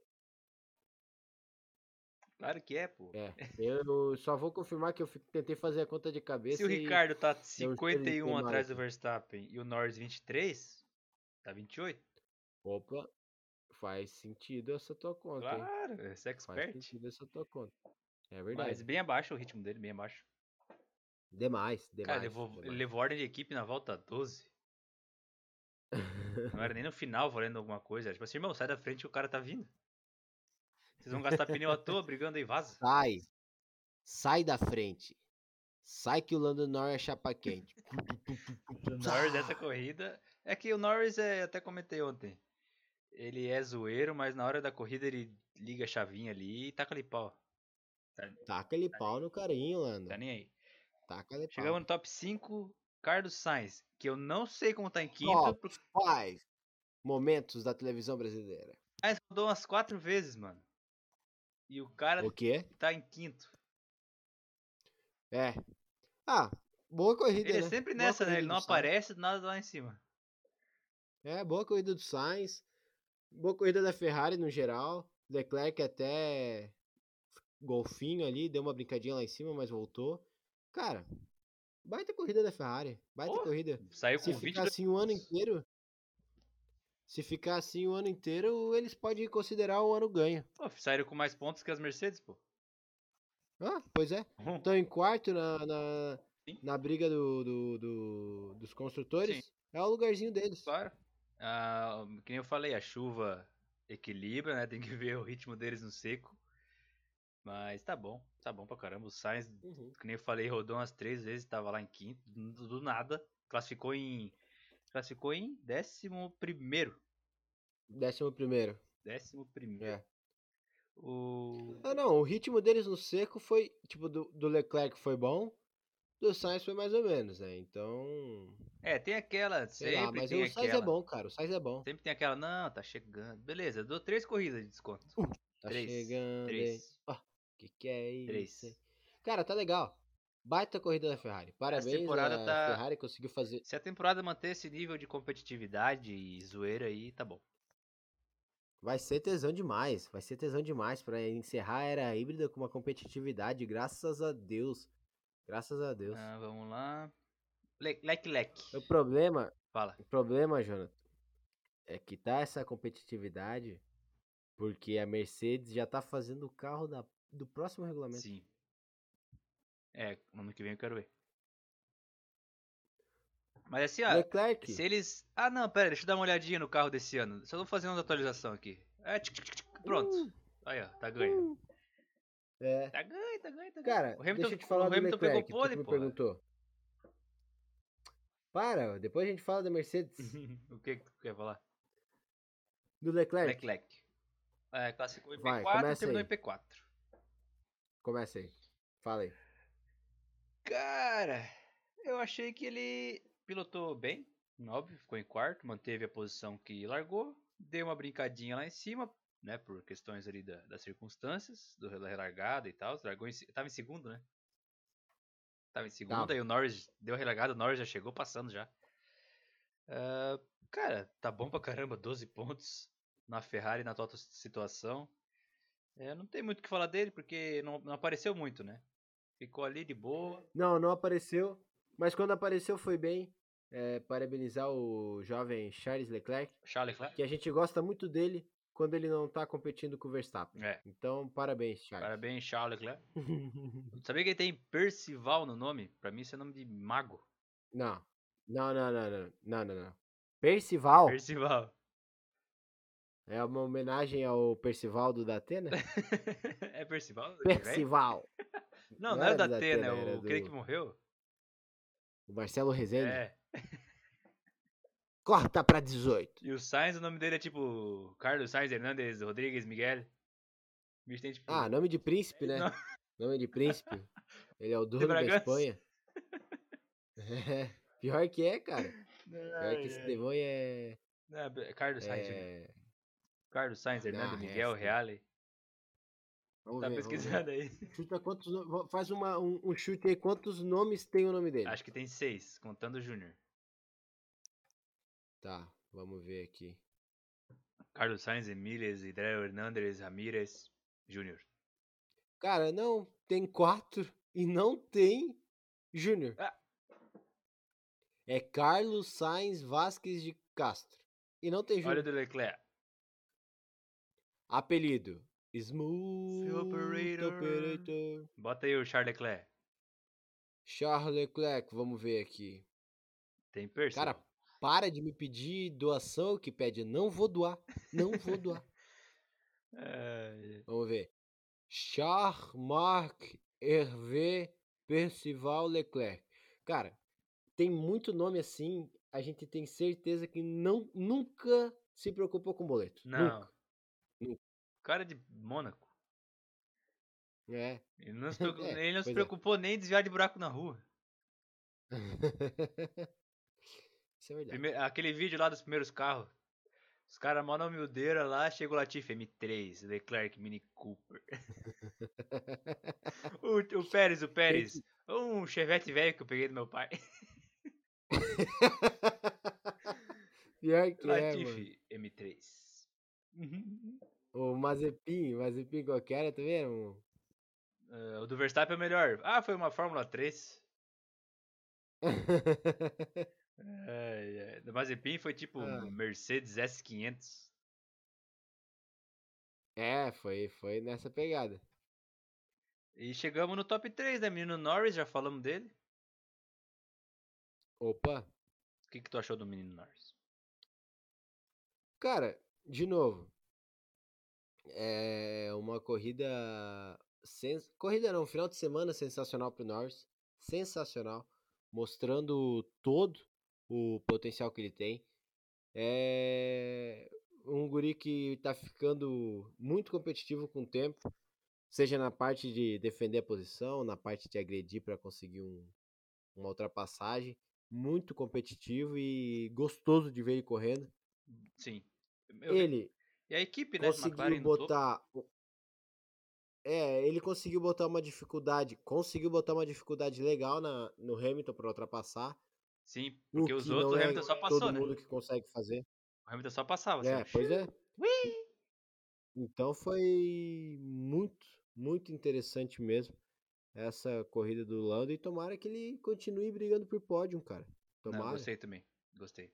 Speaker 1: Claro que é, pô.
Speaker 2: É, eu só vou confirmar que eu fi- tentei fazer a conta de cabeça.
Speaker 1: Se o
Speaker 2: e- é
Speaker 1: Ricardo tá
Speaker 2: eu
Speaker 1: 51
Speaker 2: tenho
Speaker 1: atrás
Speaker 2: mais.
Speaker 1: do Verstappen e o Norris 23, tá 28.
Speaker 2: Opa, faz sentido essa tua conta, hein?
Speaker 1: Claro, esse é
Speaker 2: Faz
Speaker 1: expert.
Speaker 2: sentido essa tua conta. É
Speaker 1: Mas
Speaker 2: verdade.
Speaker 1: bem abaixo o ritmo dele, bem abaixo.
Speaker 2: Demais, demais.
Speaker 1: Cara, levou, ele
Speaker 2: demais.
Speaker 1: levou ordem de equipe na volta 12. Não era nem no final valendo alguma coisa. Era tipo assim, irmão, sai da frente que o cara tá vindo. Vocês vão gastar pneu à toa brigando aí, vaza.
Speaker 2: Sai. Sai da frente. Sai que o Lando Norris é chapa quente.
Speaker 1: O Norris
Speaker 2: Ah,
Speaker 1: dessa corrida. É que o Norris, é, até comentei ontem. Ele é zoeiro, mas na hora da corrida ele liga a chavinha ali e taca ali pau.
Speaker 2: Taca ele pau no carinho, Lando.
Speaker 1: Tá nem aí.
Speaker 2: Taca ele pau.
Speaker 1: Chegamos no top 5, Carlos Sainz, que eu não sei como tá em quinto,
Speaker 2: Top.
Speaker 1: porque o
Speaker 2: Faz. Momentos da televisão brasileira.
Speaker 1: Sainz rodou umas 4 vezes, mano. E o cara
Speaker 2: O quê?
Speaker 1: tá em quinto.
Speaker 2: É. Ah, boa corrida,
Speaker 1: Ele é
Speaker 2: né?
Speaker 1: sempre
Speaker 2: Boa
Speaker 1: nessa, né?
Speaker 2: corrida
Speaker 1: Ele
Speaker 2: do
Speaker 1: não
Speaker 2: Sainz.
Speaker 1: aparece do nada lá em cima.
Speaker 2: É, boa corrida do Sainz. Boa corrida da Ferrari no geral. Leclerc até golfinho ali, deu uma brincadinha lá em cima, mas voltou. Cara, baita corrida da Ferrari. Baita
Speaker 1: Porra,
Speaker 2: corrida.
Speaker 1: Saiu
Speaker 2: Se
Speaker 1: com
Speaker 2: ficar
Speaker 1: 22.
Speaker 2: assim o ano
Speaker 1: pontos.
Speaker 2: inteiro. Se ficar assim o ano inteiro, eles podem considerar o ano ganho.
Speaker 1: Pô, saíram com mais pontos que as Mercedes, pô.
Speaker 2: Ah, pois é. Estão em quarto na, na,
Speaker 1: Sim.
Speaker 2: na briga do, do- do- dos construtores. É o lugarzinho deles.
Speaker 1: Claro. Ah, que nem eu falei, a chuva equilibra, né? Tem que ver o ritmo deles no seco. Mas tá bom, tá bom pra caramba. O Sainz,
Speaker 2: Uhum.
Speaker 1: que nem eu falei, rodou umas três vezes, tava lá em quinto, do, do nada. Classificou em. Classificou em décimo primeiro.
Speaker 2: Décimo primeiro.
Speaker 1: Décimo primeiro.
Speaker 2: É.
Speaker 1: O.
Speaker 2: Ah, não, o ritmo deles no seco foi, tipo, do, do Leclerc foi bom, do Sainz foi mais ou menos, né? Então,
Speaker 1: É, tem aquela,
Speaker 2: sei
Speaker 1: sempre
Speaker 2: lá, mas
Speaker 1: tem
Speaker 2: o Sainz
Speaker 1: aquela.
Speaker 2: é bom, cara, o Sainz é bom.
Speaker 1: Sempre tem aquela, não, tá chegando. Beleza, eu dou três corridas de desconto.
Speaker 2: Tá
Speaker 1: Três,
Speaker 2: chegando, hein?
Speaker 1: Três.
Speaker 2: Que que é isso?
Speaker 1: Três.
Speaker 2: hein? Cara, tá legal. Baita corrida da Ferrari. Parabéns,
Speaker 1: temporada
Speaker 2: a
Speaker 1: tá-
Speaker 2: Ferrari conseguiu fazer.
Speaker 1: Se a temporada manter esse nível de competitividade e zoeira aí, tá bom.
Speaker 2: Vai ser tesão demais, vai ser tesão demais pra encerrar a era híbrida com uma competitividade, graças a Deus. Graças a Deus.
Speaker 1: Ah, vamos lá. Lec, lec, lec.
Speaker 2: O problema,
Speaker 1: Fala.
Speaker 2: O problema, Jonathan, é que tá essa competitividade porque a Mercedes já tá fazendo o carro da- do próximo regulamento.
Speaker 1: Sim. É, ano que vem eu quero ver. Mas assim, ó,
Speaker 2: Leclerc,
Speaker 1: se eles. Ah, não, pera, deixa eu dar uma olhadinha no carro desse ano. Só vou fazer uma atualização aqui. É, tchic, tchic, tchic, pronto. Aí, ó, tá ganho.
Speaker 2: uh, é,
Speaker 1: Tá ganho, tá ganho, tá ganho.
Speaker 2: cara,
Speaker 1: o Hamilton,
Speaker 2: deixa eu te
Speaker 1: o
Speaker 2: falar do
Speaker 1: Hamilton
Speaker 2: Leclerc,
Speaker 1: pegou pole,
Speaker 2: tu que me
Speaker 1: pô.
Speaker 2: perguntou. Para, depois a gente fala da Mercedes,
Speaker 1: o que que tu quer falar?
Speaker 2: do Leclerc.
Speaker 1: Lec, lec. É, classificou em
Speaker 2: Vai,
Speaker 1: P4
Speaker 2: começa
Speaker 1: terminou
Speaker 2: aí.
Speaker 1: em P4.
Speaker 2: Começa aí. Fala aí.
Speaker 1: Cara, eu achei que ele pilotou bem, óbvio, ficou em quarto, manteve a posição que largou, deu uma brincadinha lá em cima, né, por questões ali da- das circunstâncias, do, da relargada e tal, largou em, se- tava em segundo, né? Tava em segundo,
Speaker 2: Tava.
Speaker 1: aí o Norris deu a relargada, o Norris já chegou passando já. Ah, cara, tá bom pra caramba, 12 pontos na Ferrari na tua situação. É, não tem muito o que falar dele, porque não- não apareceu muito, né? Ficou ali de boa.
Speaker 2: Não, não apareceu, mas quando apareceu foi bem. É, parabenizar o jovem Charles Leclerc.
Speaker 1: Charles Leclerc.
Speaker 2: que a gente gosta muito dele quando ele não tá competindo com o Verstappen.
Speaker 1: É.
Speaker 2: Então, parabéns, Charles.
Speaker 1: Parabéns, Charles Leclerc.
Speaker 2: Uhum.
Speaker 1: Sabia que ele tem Percival no nome? Pra mim isso é nome de mago.
Speaker 2: não. não, não, não, não, não, não, não. Percival
Speaker 1: Percival.
Speaker 2: é uma homenagem ao Percival do Datena?
Speaker 1: é Percival? Velho?
Speaker 2: Percival,
Speaker 1: Não, não,
Speaker 2: não
Speaker 1: era
Speaker 2: era
Speaker 1: da
Speaker 2: do
Speaker 1: Atena,
Speaker 2: Datena,
Speaker 1: é
Speaker 2: era
Speaker 1: o aquele que
Speaker 2: do-
Speaker 1: morreu.
Speaker 2: o Marcelo Rezende.
Speaker 1: É.
Speaker 2: Corta pra 18.
Speaker 1: E o Sainz, o nome dele é tipo Carlos Sainz Hernandes Rodrigues Miguel. O bicho tem tipo.
Speaker 2: Ah, nome de príncipe, né?
Speaker 1: Não.
Speaker 2: Nome de príncipe. Ele é o dono da
Speaker 1: Bragança.
Speaker 2: Espanha. É, Pior que é, cara. Pior que esse demônio é.
Speaker 1: Não, é Carlos Sainz. Júnior.
Speaker 2: é...
Speaker 1: Carlos Sainz Hernandes
Speaker 2: Ah, é,
Speaker 1: Miguel
Speaker 2: sim.
Speaker 1: Reale.
Speaker 2: Vamos
Speaker 1: Tá
Speaker 2: ver, vamos ver.
Speaker 1: pesquisando aí.
Speaker 2: Chuta quantos no- va- Faz uma, um, um chute aí, quantos nomes tem o nome dele?
Speaker 1: Acho que tem seis, contando o Júnior.
Speaker 2: Tá, vamos ver aqui.
Speaker 1: Carlos Sainz, Emílias, Hidreo Hernandes Ramírez Júnior.
Speaker 2: Cara, não tem quatro e não tem Júnior.
Speaker 1: Ah.
Speaker 2: É Carlos Sainz Vasquez de Castro. E não tem
Speaker 1: Olha o
Speaker 2: Júnior.
Speaker 1: do Leclerc.
Speaker 2: Apelido. Smooth
Speaker 1: Operator.
Speaker 2: Operator.
Speaker 1: Bota aí o Charles Leclerc.
Speaker 2: Charles Leclerc, vamos ver aqui.
Speaker 1: Tem Percy.
Speaker 2: Cara, para de me pedir doação que pede. Não vou doar. Não vou doar.
Speaker 1: É,
Speaker 2: Vamos ver. Charles Marc Hervé Percival Leclerc. Cara, tem muito nome assim, a gente tem certeza que não, nunca se preocupou com boleto.
Speaker 1: não.
Speaker 2: Nunca.
Speaker 1: Cara de Mônaco.
Speaker 2: Nunca. É.
Speaker 1: Ele não se, preocu-
Speaker 2: É,
Speaker 1: ele não se
Speaker 2: pois é.
Speaker 1: preocupou nem em desviar de buraco na rua.
Speaker 2: Isso é verdade.
Speaker 1: Prime- aquele vídeo lá dos primeiros carros. Os caras mó na humildeira lá, chega o Latifi M3, Leclerc, Mini Cooper. o, o Pérez, o Pérez. Um chevette velho que eu peguei do meu pai.
Speaker 2: É, Pior que é, mano.
Speaker 1: Latifi M3. Uhum.
Speaker 2: O Mazepin, Mazepin qualquer, era também era um.
Speaker 1: Ah, o do Verstappen é o melhor. Ah, foi uma Fórmula 3. É, é. Do Mazepin foi tipo
Speaker 2: Ah.
Speaker 1: um Mercedes S500.
Speaker 2: é, foi, foi nessa pegada.
Speaker 1: E chegamos no top 3, né? Menino Norris, já falamos dele.
Speaker 2: Opa.
Speaker 1: O que, que tu achou do menino Norris?
Speaker 2: Cara, de novo, é uma corrida. sens- Corrida não, um final de semana sensacional pro Norris. Sensacional. Mostrando todo o potencial que ele tem. É um guri que tá ficando muito competitivo com o tempo. Seja na parte de defender a posição, na parte de agredir para conseguir um- uma ultrapassagem. Muito competitivo e gostoso de ver ele correndo.
Speaker 1: Sim. Eu-
Speaker 2: Ele
Speaker 1: E a equipe, né?
Speaker 2: conseguiu
Speaker 1: McLaren no topo.
Speaker 2: botar. o- É, ele conseguiu botar uma dificuldade. Conseguiu botar uma dificuldade legal na, no Hamilton pra ultrapassar.
Speaker 1: Sim,
Speaker 2: o
Speaker 1: porque os outros
Speaker 2: que
Speaker 1: o
Speaker 2: não é
Speaker 1: Hamilton só passou,
Speaker 2: todo
Speaker 1: né?
Speaker 2: mundo que consegue fazer.
Speaker 1: O Hamilton só passava.
Speaker 2: É,
Speaker 1: assim,
Speaker 2: pois é.
Speaker 1: Ui!
Speaker 2: Então foi muito, muito interessante mesmo essa corrida do Lando e tomara que ele continue brigando por pódio, cara.
Speaker 1: Não,
Speaker 2: Tomara.
Speaker 1: gostei também. Gostei.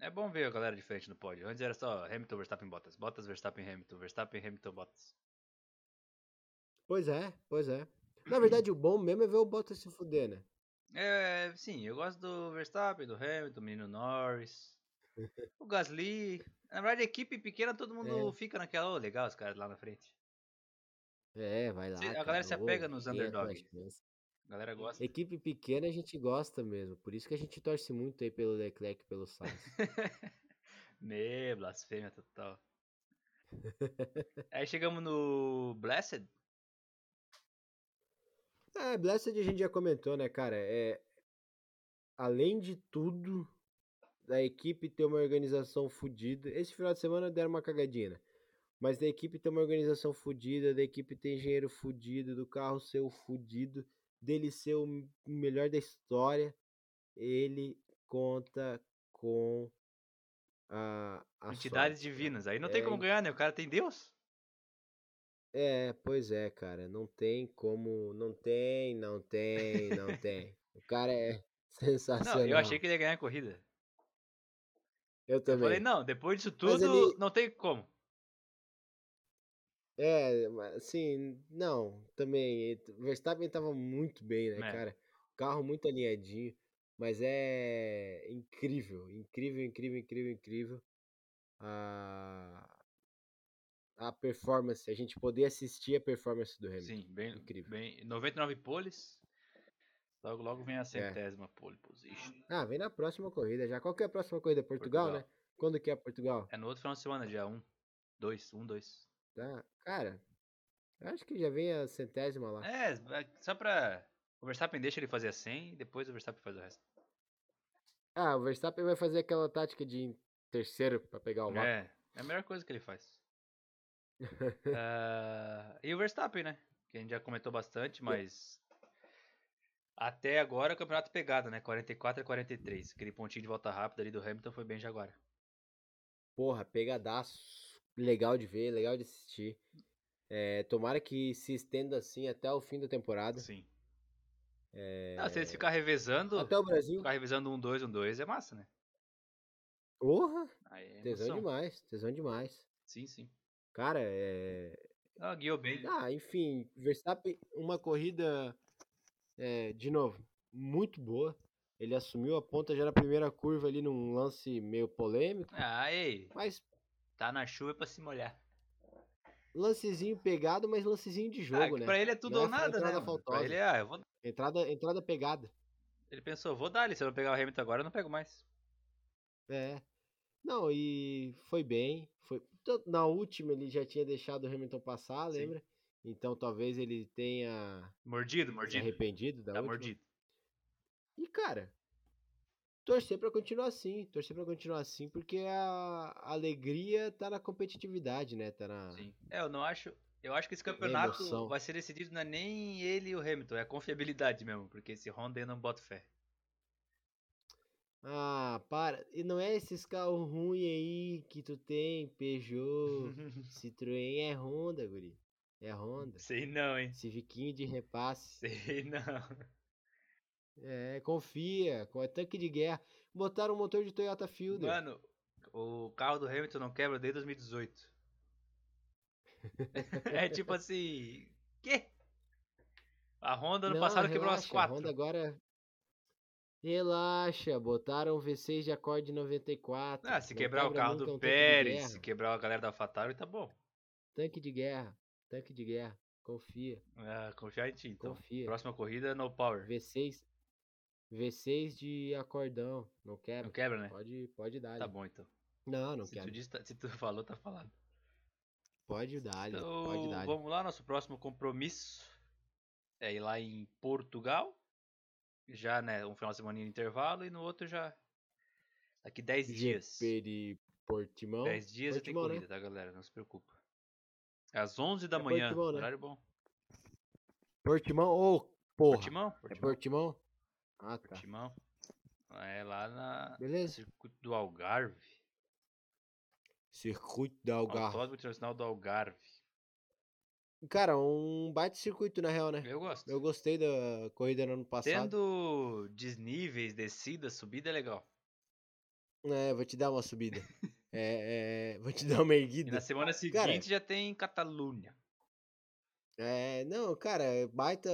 Speaker 1: É bom ver a galera diferente no pódio. Antes era só Hamilton, Verstappen, Bottas. Bottas, Verstappen, Hamilton. Verstappen, Hamilton, Bottas.
Speaker 2: Pois é, pois é. Na verdade, o bom mesmo é ver o Bottas se fuder, né?
Speaker 1: É, sim, eu gosto do Verstappen, do Hamilton, do menino Norris. o Gasly. Na verdade, a equipe pequena, todo mundo fica naquela. Ô, legal os caras lá na frente.
Speaker 2: É, vai lá.
Speaker 1: Se- a
Speaker 2: cara,
Speaker 1: galera se
Speaker 2: ô,
Speaker 1: apega nos
Speaker 2: quem é que
Speaker 1: underdog.
Speaker 2: vai achar?
Speaker 1: A galera gosta.
Speaker 2: Equipe pequena a gente gosta mesmo. Por isso que a gente torce muito aí pelo Leclerc e pelo Sainz.
Speaker 1: Me, blasfêmia total. Aí chegamos no Blessed.
Speaker 2: é, Blessed a gente já comentou, né, cara? É, além de tudo, da equipe ter uma organização fodida. Esse final de semana deram uma cagadinha, né? Mas da equipe ter uma organização fodida, da equipe ter engenheiro fudido, do carro ser o fudido, dele ser o m- melhor da história, ele conta com a, a
Speaker 1: Entidades
Speaker 2: sorte, né?
Speaker 1: divinas. Aí não tem
Speaker 2: É,
Speaker 1: como ganhar, né? O cara tem Deus.
Speaker 2: É, pois é, cara. Não tem como. Não tem, não tem, não tem. O cara é sensacional.
Speaker 1: Não, eu achei que ele ia ganhar a corrida.
Speaker 2: Eu
Speaker 1: Eu falei,
Speaker 2: também.
Speaker 1: não, depois disso
Speaker 2: Mas
Speaker 1: tudo,
Speaker 2: ele-
Speaker 1: não tem como.
Speaker 2: É, mas, assim, não, também. e- Verstappen tava muito bem, né,
Speaker 1: É.
Speaker 2: cara? Carro muito alinhadinho. Mas é incrível, incrível, incrível, incrível, incrível. A, a performance, a gente poder assistir a performance do Hamilton.
Speaker 1: Sim, bem,
Speaker 2: É Incrível.
Speaker 1: bem. 99 poles. Logo, logo
Speaker 2: É.
Speaker 1: vem a centésima pole position.
Speaker 2: Ah, vem na próxima corrida já. Qual que é a próxima corrida? Portugal,
Speaker 1: Portugal.
Speaker 2: né? Quando que é Portugal?
Speaker 1: É no outro final de semana, dia 1. 2, 1, 2.
Speaker 2: Tá, cara, eu acho que já vem a centésima lá.
Speaker 1: É, só pra. O Verstappen deixa ele fazer a 100 e depois o Verstappen faz o resto.
Speaker 2: Ah, o Verstappen vai fazer aquela tática de ir em terceiro pra pegar o vácuo.
Speaker 1: É, é a melhor coisa que ele faz. Ah, e o Verstappen, né? Que a gente já comentou bastante, mas. Até agora o campeonato pegado, né? 44 a 43. Aquele pontinho de volta rápida ali do Hamilton foi bem Jaguar.
Speaker 2: Porra, pegadaço. Legal de ver, legal de assistir. É, tomara que se estenda assim até o fim da temporada. É,
Speaker 1: Sim. Não, se eles ficar revezando,
Speaker 2: Até o Brasil.
Speaker 1: ficar revezando um, dois, um, dois, é massa, né?
Speaker 2: Porra!
Speaker 1: Aí é
Speaker 2: Tesão
Speaker 1: emoção.
Speaker 2: demais, tesão demais.
Speaker 1: Sim, sim.
Speaker 2: Cara, é.
Speaker 1: Ah, guiou bem.
Speaker 2: Ah, enfim, Verstappen, uma corrida, é, de novo, muito boa. Ele assumiu a ponta já na primeira curva ali num lance meio polêmico,
Speaker 1: Ah, ei,
Speaker 2: mas
Speaker 1: tá na chuva pra se molhar.
Speaker 2: lancezinho pegado, mas lancezinho de jogo,
Speaker 1: ah,
Speaker 2: né?
Speaker 1: Pra ele é tudo
Speaker 2: Não é
Speaker 1: ou nada, né?
Speaker 2: entrada
Speaker 1: mano? Pra
Speaker 2: faltosa.
Speaker 1: ele, ah, eu vou...
Speaker 2: Entrada, entrada pegada.
Speaker 1: ele pensou, vou dar ali, se eu não pegar o Hamilton agora, eu não pego mais.
Speaker 2: É. Não, e foi bem. Foi... tanto- Na última ele já tinha deixado o Hamilton passar,
Speaker 1: Sim.
Speaker 2: lembra? Então talvez ele tenha
Speaker 1: Mordido,
Speaker 2: se
Speaker 1: mordido.
Speaker 2: arrependido da
Speaker 1: Tá
Speaker 2: última.
Speaker 1: mordido.
Speaker 2: E, cara, torcer pra continuar assim, torcer pra continuar assim, porque a a alegria tá na competitividade, né? Tá na.
Speaker 1: Sim. É, eu não acho. Eu acho que esse campeonato
Speaker 2: emoção.
Speaker 1: vai ser decidido, não é nem ele e o Hamilton, é a confiabilidade mesmo, porque esse Honda eu não boto fé.
Speaker 2: Ah, para. E não é esses carros ruins aí que tu tem, Peugeot, Citroën, é Honda, guri. É Honda.
Speaker 1: Sei não, hein?
Speaker 2: Civiquinho de repasse.
Speaker 1: Sei não.
Speaker 2: É, confia, com é tanque de guerra. Botaram um motor de Toyota Fielder.
Speaker 1: Mano, o carro do Hamilton não quebra desde 2018. é tipo assim. Quê? A Honda ano
Speaker 2: Não,
Speaker 1: passado quebrou umas
Speaker 2: relaxa, a
Speaker 1: quatro.
Speaker 2: Honda agora. Relaxa, botaram um V6 de acorde 94.
Speaker 1: Ah, se
Speaker 2: Não
Speaker 1: quebrar o
Speaker 2: quebra
Speaker 1: carro do
Speaker 2: nunca, é um tanque de
Speaker 1: Pérez,
Speaker 2: guerra.
Speaker 1: se quebrar a galera da AlphaTauri, tá bom.
Speaker 2: Tanque de guerra, tanque de guerra. Confia,
Speaker 1: Ah, confiar em ti, então.
Speaker 2: confia.
Speaker 1: Próxima corrida, no power.
Speaker 2: V6, V6 de acordão, não quebra.
Speaker 1: Não quebra, né?
Speaker 2: Pode, pode dar.
Speaker 1: Tá bom, então.
Speaker 2: Não, não
Speaker 1: se,
Speaker 2: quero.
Speaker 1: tu diz, tá- se tu falou, tá falado.
Speaker 2: Pode dar,
Speaker 1: Então,
Speaker 2: pode dar.
Speaker 1: vamos lá, nosso próximo compromisso é ir lá em Portugal. Já, né, um final de semana em intervalo e no outro já. Daqui 10 dias.
Speaker 2: GP de Portimão.
Speaker 1: 10 dias e tem
Speaker 2: Portimão, né?
Speaker 1: corrida, tá, galera? Não se preocupa. É às 11 da
Speaker 2: É
Speaker 1: manhã,
Speaker 2: Portimão, né?
Speaker 1: horário bom.
Speaker 2: Portimão ou porra?
Speaker 1: Portimão?
Speaker 2: É
Speaker 1: Portimão.
Speaker 2: Portimão? Ah, tá.
Speaker 1: Portimão. É lá na
Speaker 2: Beleza.
Speaker 1: circuito do Algarve.
Speaker 2: Circuito da Algarve.
Speaker 1: Autódromo Internacional do Algarve.
Speaker 2: Cara, um baita circuito na real, né?
Speaker 1: Eu gosto.
Speaker 2: Eu gostei da corrida no ano passado.
Speaker 1: Tendo desníveis, descida, subida é legal.
Speaker 2: É, vou te dar uma subida. É, é, vou te dar uma
Speaker 1: E
Speaker 2: erguida.
Speaker 1: na semana seguinte já tem Catalunha.
Speaker 2: É, não, cara, é baita,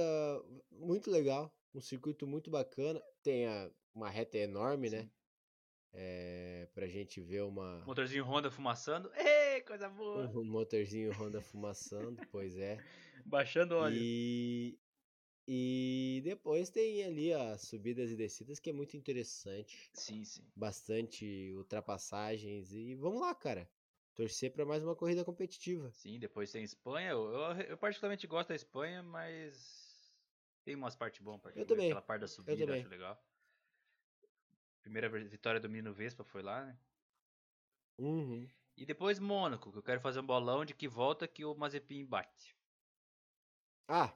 Speaker 2: muito legal, um circuito muito bacana. Tem a- uma reta enorme, né?
Speaker 1: Sim.
Speaker 2: É, pra gente ver uma
Speaker 1: Motorzinho Honda fumaçando. Ê, coisa boa.
Speaker 2: um motorzinho Honda fumaçando, pois é.
Speaker 1: Baixando óleo.
Speaker 2: E e depois tem ali as subidas e descidas que é muito interessante,
Speaker 1: Sim, sim.
Speaker 2: bastante ultrapassagens e vamos lá, cara. Torcer pra mais uma corrida competitiva.
Speaker 1: Sim, depois tem Espanha. Eu, eu- eu particularmente gosto da Espanha, mas tem umas partes boas. Parte
Speaker 2: Eu
Speaker 1: boa,
Speaker 2: também,
Speaker 1: Aquela parte da subida, eu
Speaker 2: também.
Speaker 1: acho legal. Primeira vi- vitória do menino Vespa foi lá, né?
Speaker 2: Uhum.
Speaker 1: E depois Mônaco, que eu quero fazer um bolão de que volta que o Mazepin bate.
Speaker 2: Ah,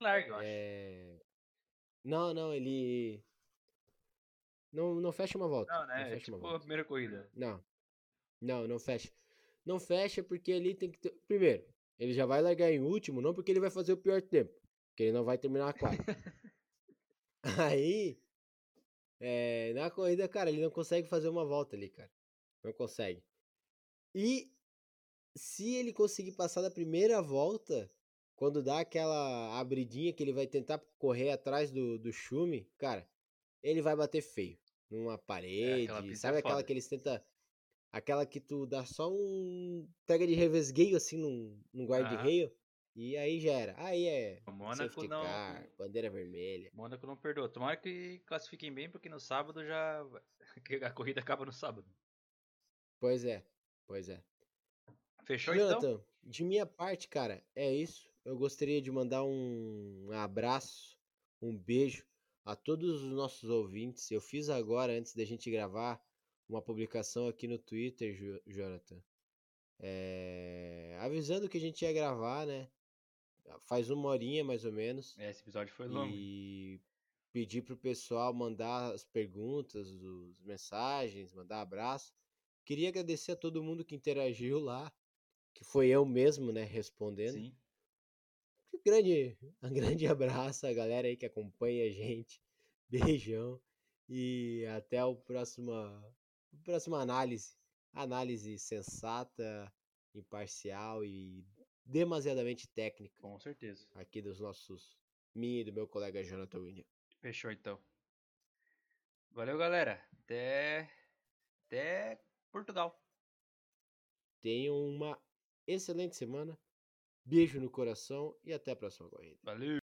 Speaker 1: Larga, eu acho.
Speaker 2: É... Não, não, ele. Não, não fecha uma volta.
Speaker 1: Não, né?
Speaker 2: Não
Speaker 1: É
Speaker 2: fecha uma
Speaker 1: tipo a
Speaker 2: volta.
Speaker 1: primeira corrida.
Speaker 2: Não. Não, não fecha. Não fecha porque ali tem que ter. Primeiro, ele já vai largar em último, não porque ele vai fazer o pior tempo. Porque ele não vai terminar a quarta. Aí. é, na corrida, cara, ele não consegue fazer uma volta ali, cara. Não consegue. E se ele conseguir passar da primeira volta, quando dá aquela abridinha que ele vai tentar correr atrás do, do Schumi, cara, ele vai bater feio. Numa parede,
Speaker 1: pista é
Speaker 2: sabe aquela
Speaker 1: foda.
Speaker 2: que eles tentam. Aquela que tu dá só um. Pega de revesgueio assim num, num guarda-reio. E aí já era. Aí é.
Speaker 1: O Mônaco
Speaker 2: Safety
Speaker 1: não.
Speaker 2: car, bandeira vermelha.
Speaker 1: Mônaco não perdoa. Tomara que classifiquem bem, porque no sábado já. que A corrida acaba no sábado.
Speaker 2: Pois é, pois é.
Speaker 1: Fechou então?
Speaker 2: Jonathan, de minha parte, cara, é isso. Eu gostaria de mandar um abraço, um beijo a todos os nossos ouvintes. Eu fiz agora, antes da gente gravar, uma publicação aqui no Twitter, Jo- Jonathan. É, Avisando que a gente ia gravar, né? Faz uma horinha mais ou menos.
Speaker 1: É, Esse episódio foi longo.
Speaker 2: E pedir pro pessoal mandar as perguntas, as mensagens, mandar abraço. Queria agradecer a todo mundo que interagiu lá. que foi eu mesmo, né, respondendo.
Speaker 1: Sim.
Speaker 2: Um grande, um grande abraço a galera aí que acompanha a gente. Beijão. E até o próxima, próxima análise. Análise sensata, imparcial e demasiadamente técnica
Speaker 1: Com certeza.
Speaker 2: aqui dos nossos, minha e do meu colega Jonathan William.
Speaker 1: Fechou então. Valeu, galera. Até. Até Portugal.
Speaker 2: Tenham uma excelente semana. Beijo no coração e até a próxima corrida.
Speaker 1: Valeu.